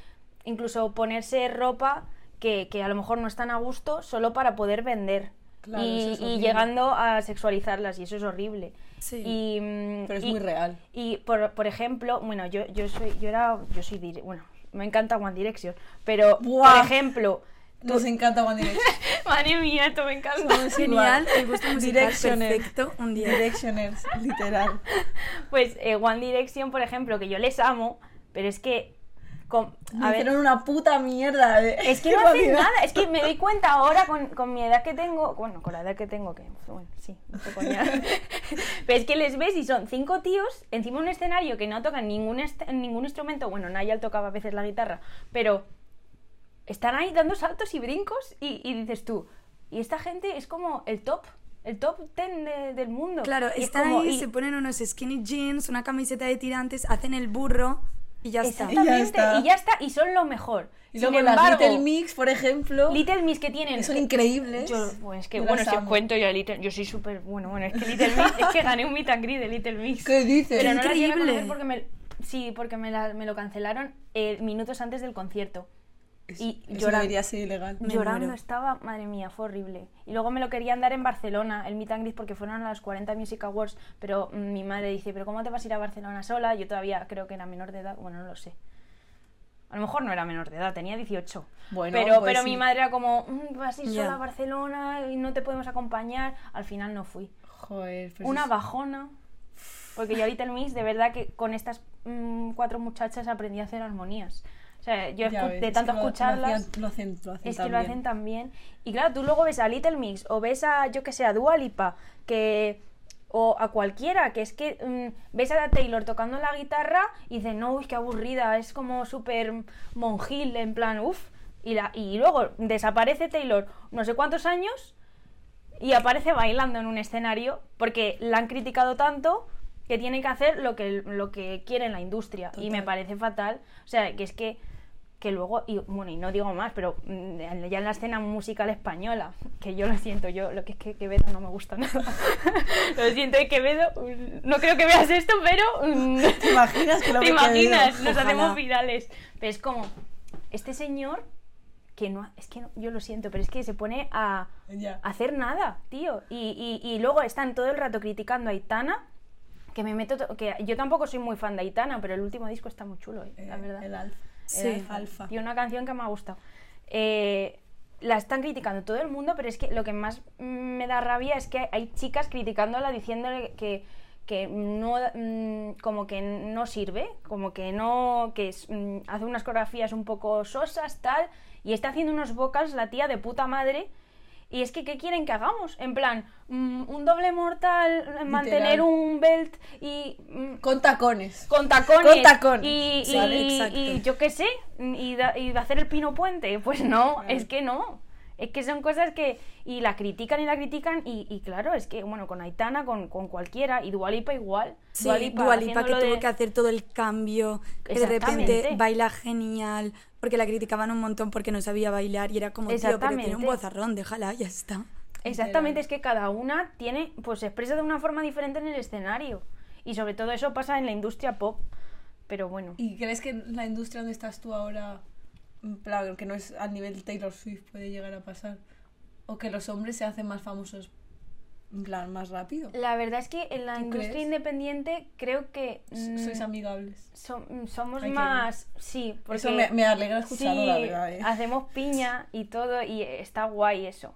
incluso ponerse ropa que, que a lo mejor no están a gusto solo para poder vender.
Claro, eso
y,
es
y
horrible.
llegando a sexualizarlas y eso es horrible.
Sí.
Y, mm,
Pero es
y-
muy real.
y por, por ejemplo, bueno, yo, yo soy, yo era, yo soy, dire- bueno, me encanta One Direction, pero
Buah.
por ejemplo,
Nos encanta One Direction.
madre mía, esto me encanta.
Somos
Genial,
igual.
el gusto musical
Directioner.
perfecto un día.
Directioners, literal.
Pues eh, One Direction, por ejemplo, que yo les amo, pero es que. con-
Me
a ver,
hicieron una puta mierda. eh. de-
es que no hacen
realidad.
nada, es que me doy cuenta ahora con, con mi edad que tengo, bueno, con la edad que tengo, que pues, bueno, sí, un poco ya. Pero es que les ves y son cinco tíos encima de un escenario que no tocan ningún, est- ningún instrumento, bueno, Nayal tocaba a veces la guitarra, pero están ahí dando saltos y brincos y, y dices tú, y esta gente es como el top, el top ten de- del mundo.
Claro,
Y es
están
como-
ahí,
y-
se ponen unos skinny jeans, una camiseta de tirantes, hacen el burro y ya está.
Exactamente, y ya
está.
está. y son lo mejor.
Y
Sin
luego las
embargo,
Little Mix, por ejemplo,
Little Mix que tienen.
que son increíbles.
Yo, pues que
Yo
bueno,
las
si os
amo.
cuento yo a Little, yo soy súper bueno, bueno, es que Little Mix, es que gané un meet and greet de Little Mix.
¿Qué dices?
Pero no las llegué a
Increíble.
conocer porque me sí, porque me, la- me lo cancelaron eh, minutos antes del concierto. Y
Eso
llorando.
debería ser ilegal.
Me
Llorando
muero.
estaba, madre mía, fue horrible. Y luego me lo querían dar en Barcelona, el meet and greet, porque fueron a los 40 Music Awards, pero mm, mi madre dice, pero ¿cómo te vas a ir a Barcelona sola? Yo todavía creo que era menor de edad, bueno, no lo sé. A lo mejor no era menor de edad, tenía 18.
Bueno,
pero
pues
pero
sí.
mi madre era como, "Mm, vas a ir sola
Ya.
a Barcelona y no te podemos acompañar. Al final no fui.
Joder, pues
Una
es-
bajona. Porque yo ahorita el Miss, de verdad que con estas mm, cuatro muchachas aprendí a hacer armonías. O sea, yo
ya
escu-
ves,
de
es
tanto
que lo-
escucharlas...
Lo hacen, lo hacen, lo hacen
Es que lo
también.
hacen también. Y claro, tú luego ves a Little Mix o ves a, yo que sé, a Dua Lipa, que, o a cualquiera, que es que mm, ves a Taylor tocando la guitarra y dices, no, uy, qué aburrida, es como súper monjil, en plan, uff. Y, la, y luego desaparece Taylor no sé cuántos años y aparece bailando en un escenario porque la han criticado tanto que tiene que hacer lo que, lo que quiere la industria. Y me parece fatal. O sea, que es que, que luego, y bueno, y no digo más, pero mm, ya en la escena musical española, que yo lo siento, yo lo que es que Quevedo no me gusta nada. lo siento, eh, Quevedo, mm, no creo que veas esto, pero... mm,
¿Te imaginas que lo
¿Te
ve Quevedo?
imaginas? Nos
Ojalá.
hacemos virales. Pero es como, este señor que no, ha- es que no- yo lo siento, pero es que se pone a
Ya.
hacer nada, tío. Y, y- y luego están todo el rato criticando a Aitana, que me meto, to- que yo tampoco soy muy fan de Aitana, pero el último disco está muy chulo, eh,
Eh,
la verdad.
El alfa.
Sí.
El alfa.
Y una canción que me ha gustado. Eh, la están criticando todo el mundo, pero es que lo que más mm, me da rabia es que hay chicas criticándola diciéndole que, que no mm, como que no sirve, como que no que es, mm, hace unas coreografías un poco sosas tal y está haciendo unos vocals la tía de puta madre. Y es que, ¿qué quieren que hagamos? En plan, mm, un doble mortal, mantener un belt y... mm,
Con tacones.
con tacones.
Con tacones.
Y, y-
Vale,
y-
exacto.
y yo qué sé, y, da- y hacer el pino puente. Pues no, es que no. Es que son cosas que. Y la critican y la critican, y, y claro, es que, bueno, con Aitana, con, con cualquiera, y Dualipa igual.
Sí,
Dua
Dua Lipa,
Lipa
que
haciéndolo
tuvo
de-
que hacer todo el cambio, que de repente
Exactamente.
baila genial, porque la criticaban un montón porque no sabía bailar y era como, tío, pero tiene un
Exactamente.
bozarrón, déjala, ya está.
Exactamente, es que cada una tiene, pues se expresa de una forma diferente en el escenario. Y sobre todo eso pasa en la industria pop. Pero bueno.
¿Y crees que en la industria donde estás tú ahora, en plan, que no es al nivel Taylor Swift, puede llegar a pasar? ¿O que los hombres se hacen más famosos, en plan, más rápido?
La verdad es que en la
¿Tú
industria
crees?
independiente creo que.
S- Sois
mm,
amigables.
Som- mm, somos
Hay que
más. Sí, porque.
Eso me, me alegra escucharlo,
sí,
la verdad. ¿eh?
hacemos piña y todo, y está guay eso.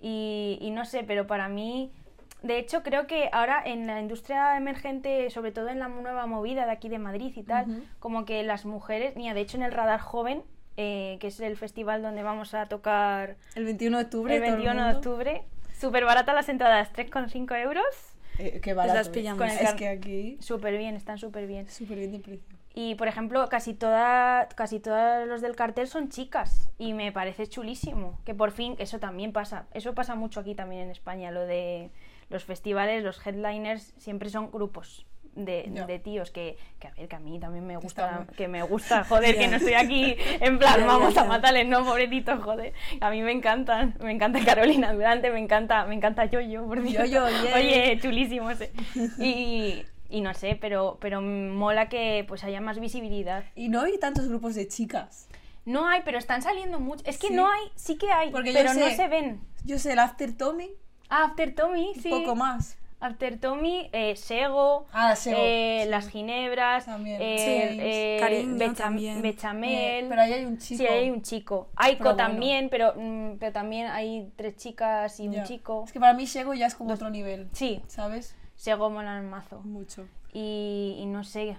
Y, y no sé, pero para mí. De hecho, creo que ahora en la industria emergente, sobre todo en la nueva movida de aquí de Madrid y tal, como que las mujeres. Mira, de hecho, en el Radar Joven, eh, que es el festival donde vamos a tocar
El 21 de octubre.
el
todo
21 de
mundo-
octubre, súper barata las entradas, 3,5 euros.
Eh, qué barato.
las
¿eh?
pillamos.
Con el
Es
car-
que aquí.
Súper bien, están súper bien.
Súper bien de precio.
Y por ejemplo, casi toda, casi todos los del cartel son chicas y me parece chulísimo que por fin eso también pasa. Eso pasa mucho aquí también en España, lo de los festivales, los headliners siempre son grupos de,
Ya.
de tíos que, que a ver que a mí también me gusta,
Está bueno.
que me gusta, joder, que
Ya.
no estoy aquí en plan
Ya,
vamos
ya,
a
ya.
matarles, no, pobretitos, joder. A mí me encantan, me encanta Carolina Durante, me encanta, me encanta Yoyo, por cierto.
Yoyo, yeah.
Oye, chulísimo ese. Y, y no sé, pero, pero mola que pues haya más visibilidad.
Y no hay tantos grupos de chicas.
No hay, pero están saliendo muchos. Es que
Sí.
no hay, sí que hay,
Porque yo
pero no
sé.
se ven.
Yo sé, el After Tommy,
Ah, After Tommy, sí.
un poco más.
After Tommy, eh, Sego,
Ah, Sego,
eh,
sí.
las Ginebras,
También.
eh,
Sí,
eh,
Cariño
Becha-
también.
Bechamel.
Eh, pero ahí hay un chico.
Sí, ahí hay un chico. Aiko
Pero bueno.
también, pero, mm, pero también hay tres chicas y
Ya.
un chico.
Es que para mí Shego ya es como otro nivel.
Sí,
¿Sabes?
Sego mola el mazo.
Mucho.
Y, y no sé.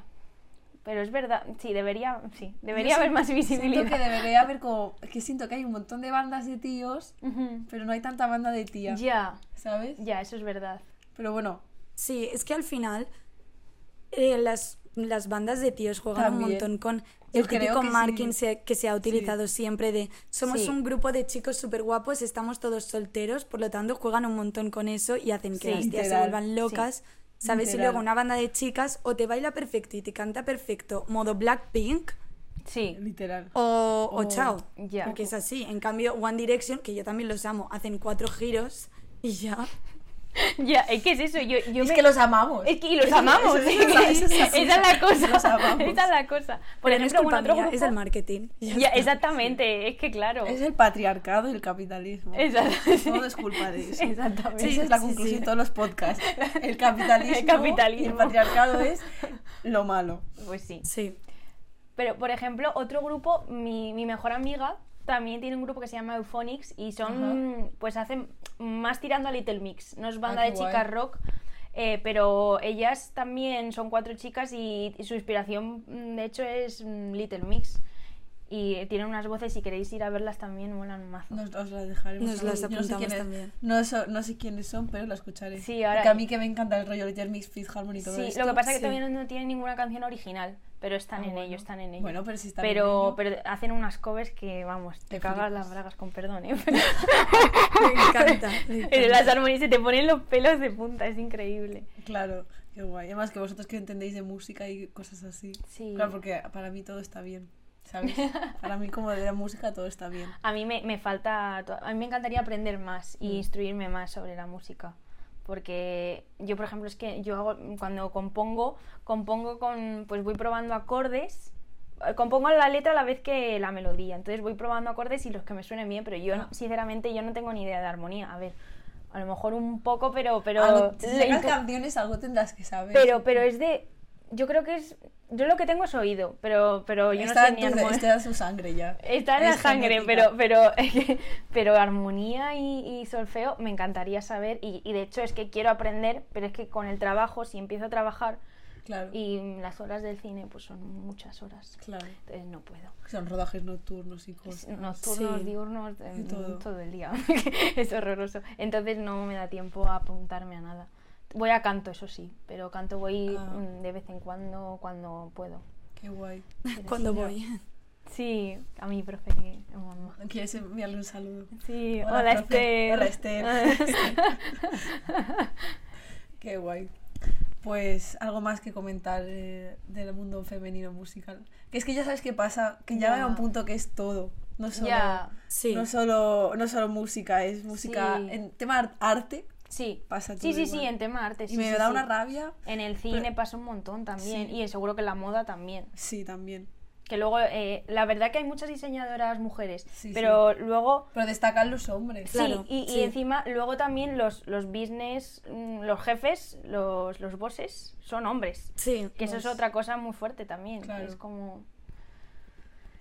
Pero es verdad, sí, debería, sí, debería
Yo
haber
si-
más
Siento que
visibilidad.
debería haber como. Es que siento que hay un montón de bandas de tíos,
Ujú.
pero no hay tanta banda de tías.
Ya,
¿Sabes?
ya, eso es verdad.
Pero bueno,
Sí, es que al final eh, las, las bandas de tíos juegan
También.
un montón con
Yo
el
creo
típico
que sí.
marketing se- que se ha utilizado siempre de somos
Sí.
un grupo de chicos súper guapos, estamos todos solteros, por lo tanto juegan un montón con eso y hacen que
Sí,
las tías
literal,
se vuelvan locas. ¿Sabes? Y
Literal.
luego una banda de chicas o te baila perfecto y te canta perfecto, modo Blackpink,
Sí,
literal.
o, o
O-
chao.
ya.
Porque es así. En cambio, One Direction, que yo también los amo, hacen cuatro giros y ya.
ya, es que es eso, yo, yo
es
me-
que los amamos.
es que- y los amamos,
eso- eso- eso- eso- eso-
esa es la
Los
cosa,
amamos.
esa es la cosa. Por
Pero no es
ejemplo,
culpa
un otro
mía,
grupo-
es el marketing. Ya
Ya,
está.
exactamente, es que claro.
Es el patriarcado y el capitalismo.
Exacto, sí.
Todo es culpa de eso.
Exactamente.
Esa es la conclusión de todos los podcasts. El capitalismo,
El capitalismo.
y el patriarcado es lo malo.
Pues sí.
Sí.
Pero, por ejemplo, otro grupo, mi, mi mejor amiga también tiene un grupo que se llama Euphonics y son, pues hacen más tirando a Little Mix, no es
Ah,
banda
qué
de chicas
guay.
rock, eh, pero ellas también son cuatro chicas y, y su inspiración, mm, de hecho, es mm, Little Mix. Y, Y eh, tienen unas voces, si queréis ir a verlas también, molan mazo.
Nos, os las dejaremos.
Nos las
Yo no sé
apuntamos
quiénes-
también.
No, so- no sé quiénes son, pero la escucharé.
Sí, ahora-
Porque a mí que me encanta el rollo de Jermix, Fifth Harmony y todo
Sí,
esto.
lo que pasa es que
Sí.
todavía no tienen ninguna canción original, pero están
Ah,
en
bueno.
ello, están en ello.
Bueno, pero si está
pero, pero hacen unas covers que, vamos, te
Te
cagas
flipas.
las bragas con perdón, ¿eh?
Me encanta, me
Pero
encanta.
las armonías se te ponen los pelos de punta, es increíble.
Claro, qué guay. Además que vosotros que entendéis de música y cosas así.
Sí.
Claro, porque para mí todo está bien, ¿sabes? para mí como de la música todo está bien.
A mí me, me falta, to- a mí me encantaría aprender más y instruirme más sobre la música. Porque yo, por ejemplo, es que yo hago, cuando compongo, compongo con, pues voy probando acordes, eh, compongo la letra a la vez que la melodía, entonces voy probando acordes y los que me suenen bien, pero yo, no- sinceramente, yo no tengo ni idea de armonía, a ver, a lo mejor un poco, pero... pero
Algo- si
le
sacas
inte-
canciones algo tendrás que saber.
pero, pero es de, yo creo que es, yo lo que tengo es oído, pero, pero yo
está,
no sé ni
en tu,
armonía.
está en su sangre ya.
Está en la
Es
sangre,
genética.
pero, pero, pero armonía y, y solfeo me encantaría saber y, y de hecho es que quiero aprender, pero es que con el trabajo, si empiezo a trabajar
Claro,
y las horas del cine pues son muchas horas,
claro.
entonces no puedo.
Son rodajes nocturnos y
Es
cosas.
Nocturnos,
Sí.
diurnos, eh,
Y todo.
todo el día, es horroroso. Entonces no me da tiempo a apuntarme a nada. Voy a canto, eso sí, pero canto voy
Ah.
mm, de vez en cuando, cuando puedo.
Qué guay.
Pero
Cuando
sí,
voy.
Sí, a mi profe, que- mamá.
¿Quieres enviarle un saludo?
Sí, hola,
Hola, profe.
Esther.
Hola, Esther. Qué guay. Pues algo más que comentar eh, del mundo femenino musical. Que es que ya sabes qué pasa, que ya
Ya.
a un punto que es todo. No solo,
ya,
Sí.
no solo, no solo música, es música.
Sí.
En tema ar- arte
sí.
pasa todo.
Sí, sí, sí,
igual.
en tema arte. sí,
y me
sí,
da
sí.
una rabia.
En el cine
Pero-
pasa un montón también.
Sí.
Y seguro que en la moda también.
Sí, también.
Que luego, eh, la verdad que hay muchas diseñadoras mujeres.
Sí,
pero luego.
Pero destacan los hombres.
sí,
Claro,
y, y
sí.
encima luego también los, los business, mm, los jefes, los, los bosses, son hombres.
Sí.
Que eso es
Los-
otra cosa muy fuerte también.
Pues Claro.
Es como.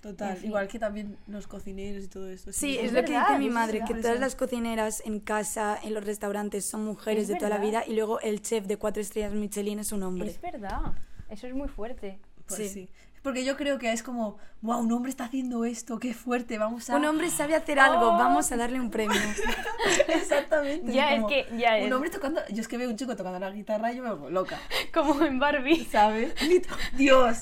Total.
En fin.
Igual que también los cocineros y todo esto.
Sí,
es
es lo que
verdad,
dice mi
es
madre, que
verdad.
todas las cocineras en casa, en los restaurantes, son mujeres
Es
de toda la
verdad.
vida y luego el chef de cuatro estrellas Michelin es un hombre.
Es verdad. Eso es muy fuerte.
Pues
Sí.
sí. Porque yo creo que es como, wow, un hombre está haciendo esto, qué fuerte, vamos a...
Un hombre sabe hacer algo,
Oh.
vamos a darle un premio.
Exactamente.
Ya, es
como,
que- ya
Un
es.
hombre tocando... Yo es que veo un chico tocando la guitarra y yo me vuelvo loca,
Como en Barbie.
¿sabes? Dios,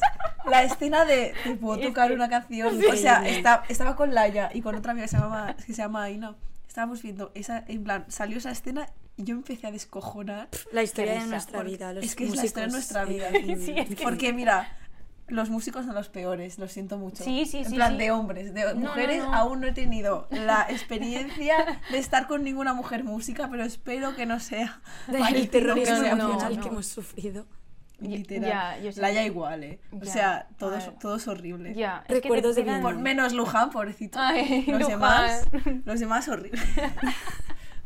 la escena de te puedo
Es
tocar
que-
una canción. O sea, esta- estaba con Laia y con otra amiga que se llama, que se llama Aina. Estábamos viendo esa... En plan, salió esa escena y yo empecé a descojonar.
La historia de
Teresa,
nuestra
porque-
vida, los
es que es la
músicos.
historia de nuestra vida.
eh,
Sí, es que-
Porque mira, los músicos son los peores, lo siento mucho.
Sí, sí,
en
sí,
plan
sí.
de hombres, de
No, no,
mujeres
no.
aún no he tenido la experiencia de estar con ninguna mujer música, pero espero que no sea
del
parecido,
terrorismo
que sea
no,
emocional
no.
que hemos sufrido.
Literal.
Ya, yo sí.
la ya igual, eh. O
Ya,
sea, todo
a
es,
ver.
todo es horrible.
Ya.
Recuerdos de
pegan-
Por- menos Luján, pobrecito.
Ay,
los
Luján.
demás, los demás horribles.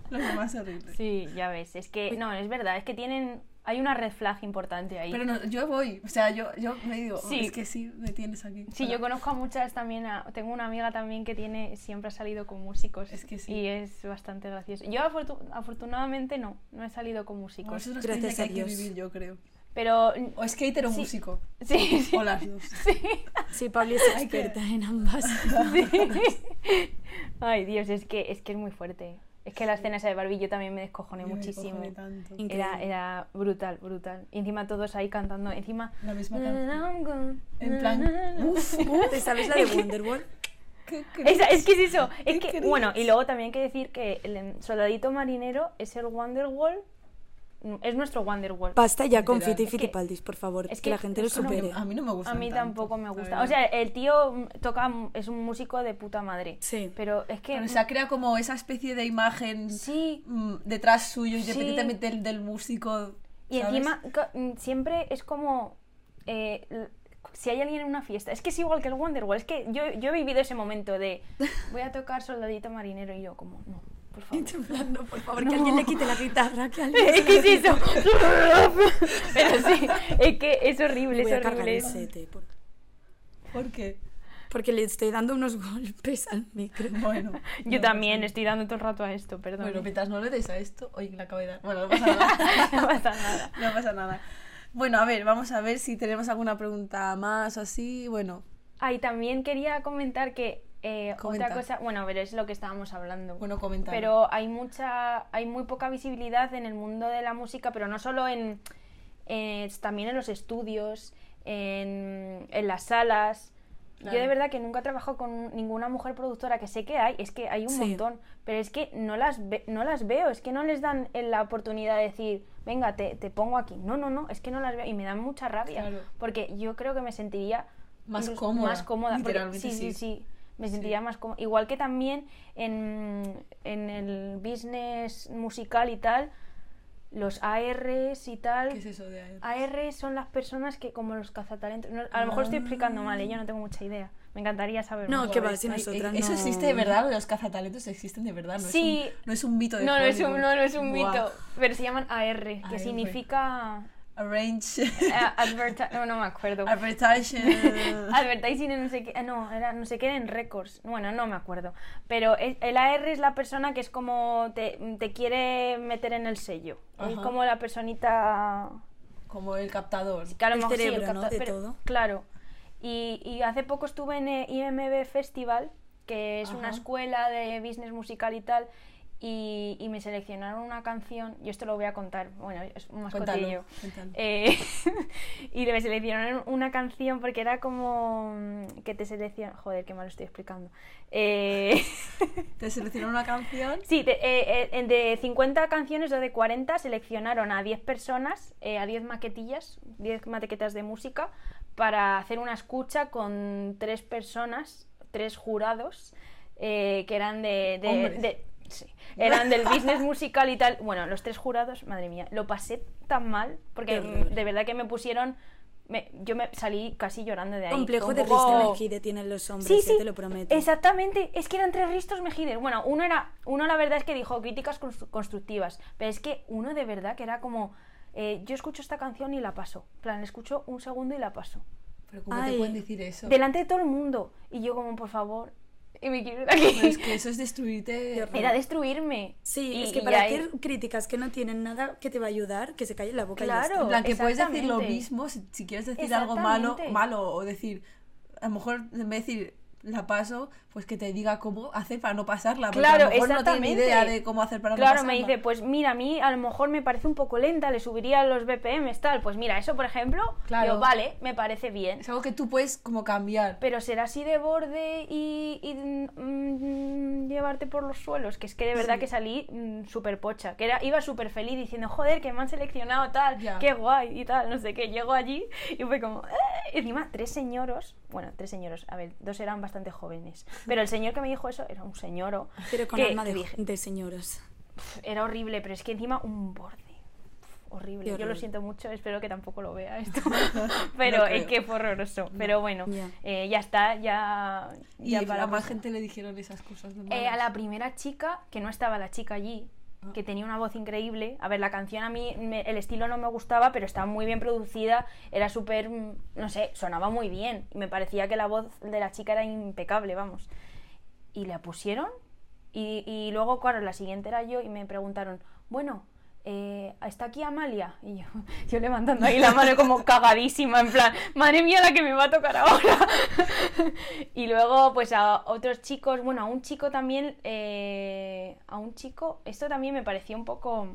los demás horribles.
Sí, ya ves, es que
Pues
no, es verdad, es que tienen hay una red flag importante ahí.
Pero no, yo voy, o sea, yo, yo me digo,
Sí.
es que sí, me tienes aquí.
Sí, yo conozco a muchas también, a- tengo una amiga también que tiene siempre ha salido con músicos
Es que sí.
y es bastante gracioso. Yo afortu- afortunadamente no, no he salido con
Bueno,
músicos,
eso es una
Gracias a
experiencia que hay que
Dios.
vivir, yo creo.
pero
O skater o
Sí.
músico.
sí, sí.
O las dos.
Sí, Pablo es
Hay que-
experta en ambas.
Ay, Dios, es que es que es muy fuerte. Es que la escena esa de Barbie yo también me descojoné
Yo me
muchísimo.
cojoné tanto.
Era,
Increíble.
era brutal, brutal. Y encima todos ahí cantando, encima
La misma canción.
En
En plan, uf, uf,
¿Te sabes la de Wonderwall?
qué
Esa-
cringe.
es que es eso. Es
¿Qué
que,
crees?
bueno, y luego también hay que decir que el em, soldadito marinero es el Wonderwall. mm, Es nuestro Wonderwall.
Basta ya con
Literal.
Fiti y
Es que-
Fitipaldis, por favor,
es
que la
que-
gente lo
es que no-
supere.
A mí no me gusta.
A mí tampoco me gusta. O sea, el tío mm, toca, mm, es un músico de puta madre.
Sí.
Pero es que. mm.
Pero se ha creado como esa especie de imagen
Sí.
mm, detrás suyo,
Sí.
independientemente del, del músico.
Y
¿sabes?
encima ca- mm, siempre es como... eh, l- si hay alguien en una fiesta, es que es igual que el Wonderwall, es que yo, yo he vivido ese momento de voy a tocar Soldadito Marinero y yo como, no, por favor.
En plan, no, por favor, que alguien le quite la guitarra, que alguien...
Es que es eso. Pero sí, es que es horrible,
Voy a
es
cargar
horrible.
el sete, por-
¿Por qué?
porque le estoy dando unos golpes al micro.
Bueno.
Yo
no,
también
pues,
estoy dando todo el rato a esto, perdón.
Bueno, mientras no le des a esto, oye, que la acabo de dar. Bueno, no pasa nada.
no pasa nada.
No pasa nada. Bueno, a ver, vamos a ver si tenemos alguna pregunta más o así. Bueno,
Ahí también quería comentar que eh,
Comenta.
otra cosa, bueno, pero es lo que estábamos hablando.
Bueno, comentar.
pero hay mucha, hay muy poca visibilidad en el mundo de la música, pero no solo en, eh, también en los estudios, en, en las salas. Yo de
Claro.
verdad que nunca he trabajado con ninguna mujer productora que sé que hay, es que hay un
Sí.
montón, pero es que no las, ve- no las veo, es que no les dan eh, la oportunidad de decir, venga, te, te pongo aquí. No, no, no, es que no las veo y me dan mucha rabia,
Claro.
porque yo creo que me sentiría
Más
incluso-
cómoda,
Más cómoda. porque-
literalmente
sí,
sí.
sí, sí. Me sentiría más cómoda. Igual que también en, en el business musical y tal, los ARs y tal.
¿Qué es eso de AR?
AR son las personas que, como los cazatalentos. no, a lo mejor estoy explicando mal, ¿eh? yo no tengo mucha idea. Me encantaría saber.
No,
más.
que va, si
Ay,
nosotras
eh, Eso
no-
existe de verdad, los cazatalentos existen de verdad, no,
Sí.
es, un, no es un mito de
no, no es un,
Hollywood.
no, no es un
Buah.
mito. Pero se llaman AR, que
AR.
significa.
Arrange.
eh, adverti- no, no me acuerdo.
Advertising.
Ah.
Advertising en no sé qué, eh, no, era no sé qué en récords, bueno, no me acuerdo, pero es- el AR es la persona que es como te, te quiere meter en el sello, es
Ajá.
como la personita
Como el captador.
Pues que a lo
El
mejor sí,
cerebro, ¿no?
capta-
de
pero-
todo.
Claro, y, y hace poco estuve en eh, IMB Festival, que es una
Ajá.
escuela de business musical y tal, y, y me seleccionaron una canción, yo esto lo voy a contar, bueno, es un
Cuéntalo.
mascotillo.
cuéntalo.
Eh, y le seleccionaron una canción porque era como mm, que te seleccionan. Joder, qué mal estoy explicando. Eh,
Te seleccionaron una canción.
sí, te- eh, eh, de 50 canciones o de 40 seleccionaron a 10 personas, eh, a 10 maquetillas, 10 maquetas de música, para hacer una escucha con tres personas, tres jurados, eh, que eran de- de-
Hombres.
de Sí. Eran del business musical y tal. Bueno, los tres jurados, madre mía, lo pasé tan mal
Qué
porque
horror.
mm, de verdad que me pusieron. me- yo me salí casi llorando de ahí.
Complejo
Fue un
de
poco-
Ristol Mejide eh, tienen los hombres,
Sí,
ya
sí,
te lo prometo.
Exactamente, es que eran tres ristos mejides. Bueno, uno era, uno la verdad es que dijo críticas constru- constructivas, pero es que uno de verdad que era como, eh, yo escucho esta canción y la paso. En plan, escucho un segundo y la paso.
Pero ¿cómo
Ay.
te pueden decir eso?
Delante de todo el mundo. Y yo como, por favor, y me quiero ir de aquí.
Pero es que eso es destruirte.
horror.
Era destruirme.
Sí,
Y-
es que
y
para
ahí-
hacer críticas que no tienen nada que te va a ayudar, que se calle la boca y ya
Claro.
En plan, que puedes decir lo
Exactamente.
mismo si, si quieres decir algo malo,
Exactamente.
malo o decir, a lo mejor en vez de decir la paso, pues que te diga cómo hacer para no pasarla. porque
Claro,
a lo mejor no tiene ni
exactamente.
idea de cómo hacer para
Claro,
no
me
pasarla.
dice, pues mira, a mí a lo mejor me parece un poco lenta, le subiría los BPMs, tal. Pues mira, eso por ejemplo,
Claro.
yo, vale, me parece bien.
Es algo que tú puedes como cambiar.
Pero ser así de borde y, y, mm, llevarte por los suelos, que es que de verdad que salí súper pocha, que era, iba súper feliz diciendo, joder, que me han seleccionado tal,
Ya.
qué guay y tal, no sé qué. Llego allí y fue como, "Eh". Y encima tres señoros, bueno, tres señoros, a ver, dos eran bastante jóvenes, pero el señor que me dijo eso era un señoro.
Pero con
que-
alma de,
que dije,
de señoros.
era horrible, pero es que encima un borde. Uf,
Qué
Horrible. Yo lo
horror.
siento mucho, espero que tampoco lo vea esto. pero es
creo.
que fue horroroso. Pero bueno,
Ya.
eh, ya está, ya.
Y
ya
a más
pasar.
gente le dijeron esas cosas. ¿no?
Eh, a la primera chica, que no estaba la chica allí,
Ah.
que tenía una voz increíble. A ver, la canción a mí, me- el estilo no me gustaba, pero estaba muy bien producida, era súper, mm, no sé, sonaba muy bien. Y me parecía que la voz de la chica era impecable, vamos. Y la pusieron. Y, y luego, claro, la siguiente era yo y me preguntaron, bueno, eh, ¿está aquí Amalia? Y yo, yo levantando ahí la mano como cagadísima, en plan, madre mía la que me va a tocar ahora. y luego, pues a otros chicos, bueno, a un chico también, eh, a un chico, esto también me pareció un poco...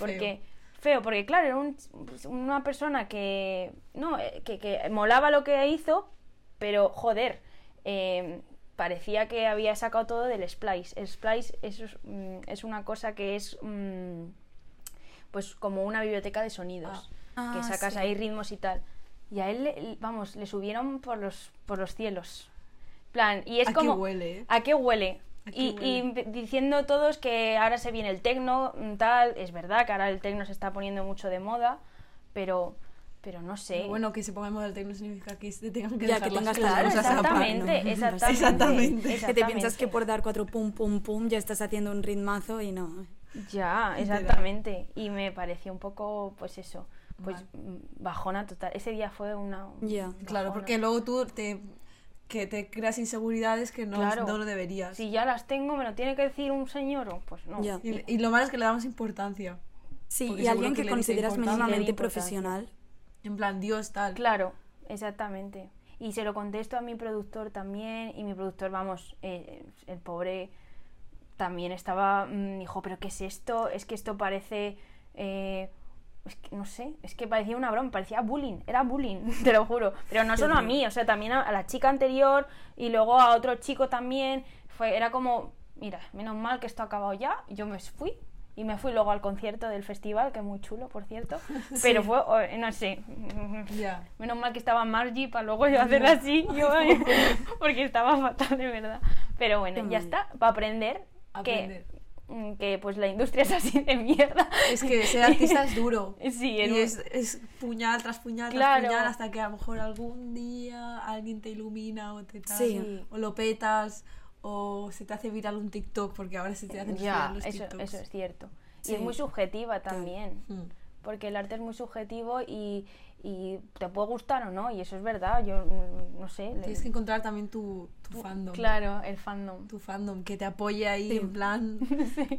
Porque, feo, porque claro, era un- pues, una persona que, no, eh, que, que molaba lo que hizo, pero joder, eh, parecía que había sacado todo del splice. El splice eso es, mm, es una cosa que es mm, pues como una biblioteca de sonidos,
Ah.
que
Ah,
sacas
sí.
ahí ritmos y tal. Y a él, le- vamos, le subieron por los, por los cielos. Plan, y es
¿A qué
como...
huele, eh?
¿A qué huele?
¿A qué
Y, y
huele?
diciendo todos que ahora se viene el tecno, mm, tal, es verdad que ahora el tecno se está poniendo mucho de moda, pero, pero no sé.
Pero Bueno, que se ponga en moda el tecno significa que te tengan que
Ya,
dejar
que
las
tengas claro,
cosas
exactamente,
aparte.
¿no?
exactamente,
Exactamente. Que
Que te piensas que
exactamente.
por dar cuatro pum pum pum ya estás haciendo un ritmazo y no.
Ya,
Literal.
exactamente. Y me pareció un poco, pues eso, pues
Mal.
mm, bajona total. Ese día fue una...
Ya.
Claro,
bajona.
porque luego tú te, que te creas inseguridades que no,
Claro.
no lo deberías.
Si ya las tengo, ¿me lo tiene que decir un señor? o? Pues no.
Ya.
Y, y lo malo es que le damos importancia.
Sí,
Porque
y
seguro que le
alguien que
diste
consideras
importancia.
mínimamente
Le di importancia.
profesional.
En plan, Dios, tal.
Claro, Ah, exactamente. Y se lo contesto a mi productor también. Y mi productor, vamos, eh, el pobre también estaba, mm, dijo, pero ¿qué es esto? Es que esto parece... eh, es que no sé, es que parecía una broma, parecía bullying, era bullying, te lo juro. Pero no solo a mí, o sea, también a, a la chica anterior y luego a otro chico también. Fue, era como, mira, menos mal que esto ha acabado ya, yo me fui. Y me fui luego al concierto del festival, que es muy chulo, por cierto. Pero fue, o- eh, no sé,
Ya.
menos mal que estaba Margie para luego yo hacer así, yo, porque estaba fatal, de verdad. Pero bueno, ya está, para aprender,
Aprender.
Que, mm, que pues la industria es así de mierda.
Es que ser artista es duro.
Sí,
Y
en un-
es, es puñal tras puñal tras
Claro.
puñal hasta que a lo mejor algún día alguien te ilumina o te tal,
Sí.
o lo petas o se te hace viral un TikTok porque ahora se te hacen viral
Ya,
los
Ah, eso,
TikToks.
eso es cierto. Y
Sí.
es muy subjetiva también,
Mm.
porque el arte es muy subjetivo y, y te puede gustar o no, y eso es verdad, yo mm, no sé. le-
Tienes que encontrar también tu, tu fandom.
Claro, el fandom.
Tu fandom que te apoye ahí en plan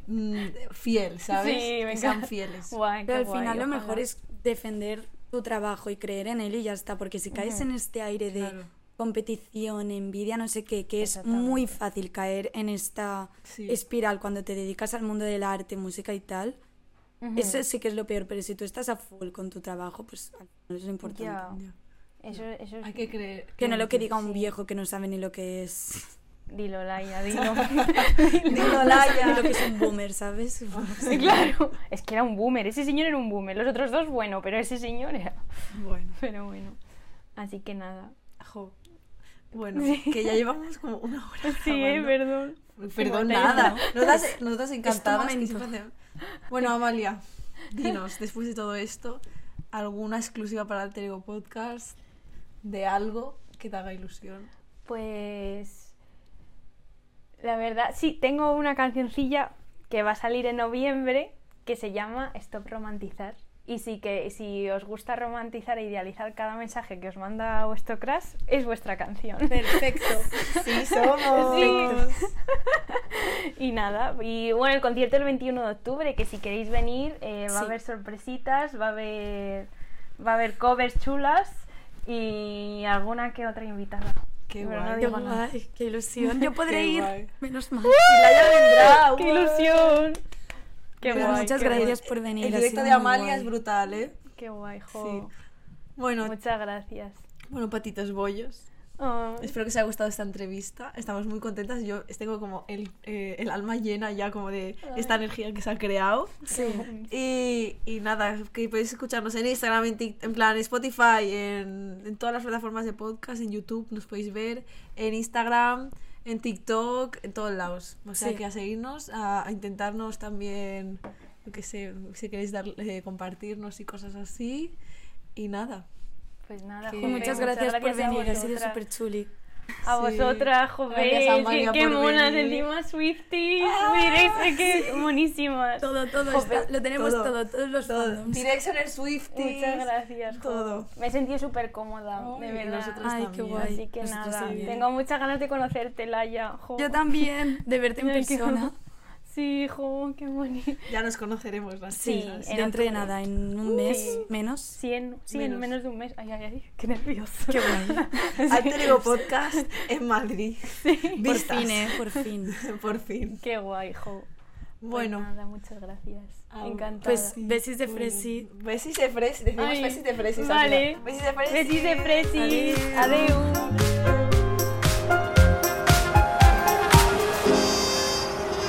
mm, fiel, ¿sabes?
Sí, me
que sean
encanta.
fieles.
Guay,
Pero
qué
al
guay,
final lo
ojalá.
mejor es defender tu trabajo y creer en él y ya está, porque si caes en este aire de
Claro.
competición, envidia, no sé qué, que es muy fácil caer en esta
Sí.
espiral cuando te dedicas al mundo del arte, música y tal,
Ujú,
eso sí que es lo peor, pero si tú estás a full con tu trabajo, pues al final es lo importante.
ya.
Ya.
Eso, eso es...
Hay que creer.
Que no lo que diga un
Sí.
viejo que no sabe ni lo que es,
Dilo, Laia, dilo.
no sabe ni lo que es un boomer, ¿sabes?
Sí, claro, es que era un boomer, ese señor era un boomer, los otros dos bueno, pero ese señor era...
Bueno,
Pero bueno, así que nada.
jo. Bueno, que ya llevamos como una hora.
Sí, eh,
grabando.
perdón.
Perdón,
Cincuenta y
nada. Nosotras, nosotras encantadas. que
momento.
siempre hacemos- Bueno, Amalia, dinos, después de todo esto, alguna exclusiva para el Terego Podcast de algo que te haga ilusión.
Pues la verdad, sí, tengo una cancioncilla que va a salir en noviembre que se llama Stop Romantizar. Y sí que si os gusta romantizar e idealizar cada mensaje que os manda vuestro crush, es vuestra canción.
Perfecto. Sí, somos.
Sí. Y nada, y bueno, el concierto el 21 de octubre, que si queréis venir, eh, va a
Sí.
haber sorpresitas, va a haber, va a haber covers chulas y alguna que otra invitada.
Qué
Pero no
guay.
Qué
digo nada.
guay, qué ilusión. Yo podré
Qué
ir,
guay.
menos mal.
Laia vendrá.
¡Qué
guau.
ilusión! ¡Qué
Pues
guay!
Ah, muchas
qué guay,
gracias por venir.
El
ha
directo
sido
de
muy
Amalia
guay.
es brutal, ¿eh?
¡Qué guay, jo!
Bueno,
Muchas gracias.
bueno, patitos bollos.
Ay,
Espero que os haya gustado esta entrevista. Estamos muy contentas. Yo tengo como el, eh, el alma llena ya como de esta energía que se ha creado. Y, y nada, que podéis escucharnos en Instagram, en, Tik- en plan Spotify, en, en todas las plataformas de podcast, en YouTube, nos podéis ver, en Instagram, en TikTok, en todos lados. O sea
Sí.
que a seguirnos, a, a intentarnos también, yo qué sé, si queréis dar, eh, compartirnos y cosas así. Y nada.
Pues nada,
Que-
Y
jope,
muchas gracias, por
a
venir, ha sido
vosotras.
súper chuli.
A
Sí.
vosotras, joder,
Gracias, Amalia,
qué, qué
por
monas,
venir.
encima Swifties, miréis, eh, qué buenísimas.
Ah. Todo, todo,
Jope,
está- lo tenemos
todo,
todo, todos los fandoms.
Directioner Swifties.
Muchas gracias.
Pues,
jo.
Todo.
Me he sentido súper cómoda,
Ay,
de
y
verdad.
nosotros
Ay, qué
también.
guay.
Así que
Nosotros
nada,
también.
tengo muchas ganas de conocerte, Laia. jo.
Yo también, de verte en
Mira qué
persona.
guay. Sí, jo, qué bonito.
Ya nos conoceremos las
Sí,
chicas.
en
Dentro de
octubre.
nada, en un mes
Sí.
menos.
Sí, en, sí, en
Menos.
menos de un mes. Ay, ay, ay, qué nervioso.
Qué guay.
Alter Ego Podcast en Madrid.
Por
Vistas.
fin, eh, por fin.
Por fin.
Qué guay, jo. Pues
Bueno.
nada, muchas gracias.
Ah,
Encantada.
Pues besis de
Muy
Fresi.
bien. Besis de Fresi, decimos
Ay,
besis de Fresi.
vale.
Sandra. Besis de Fresi.
Besis de Presi.
Adiós.
Adeu.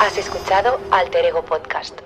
Has escuchado Alter Ego Podcast.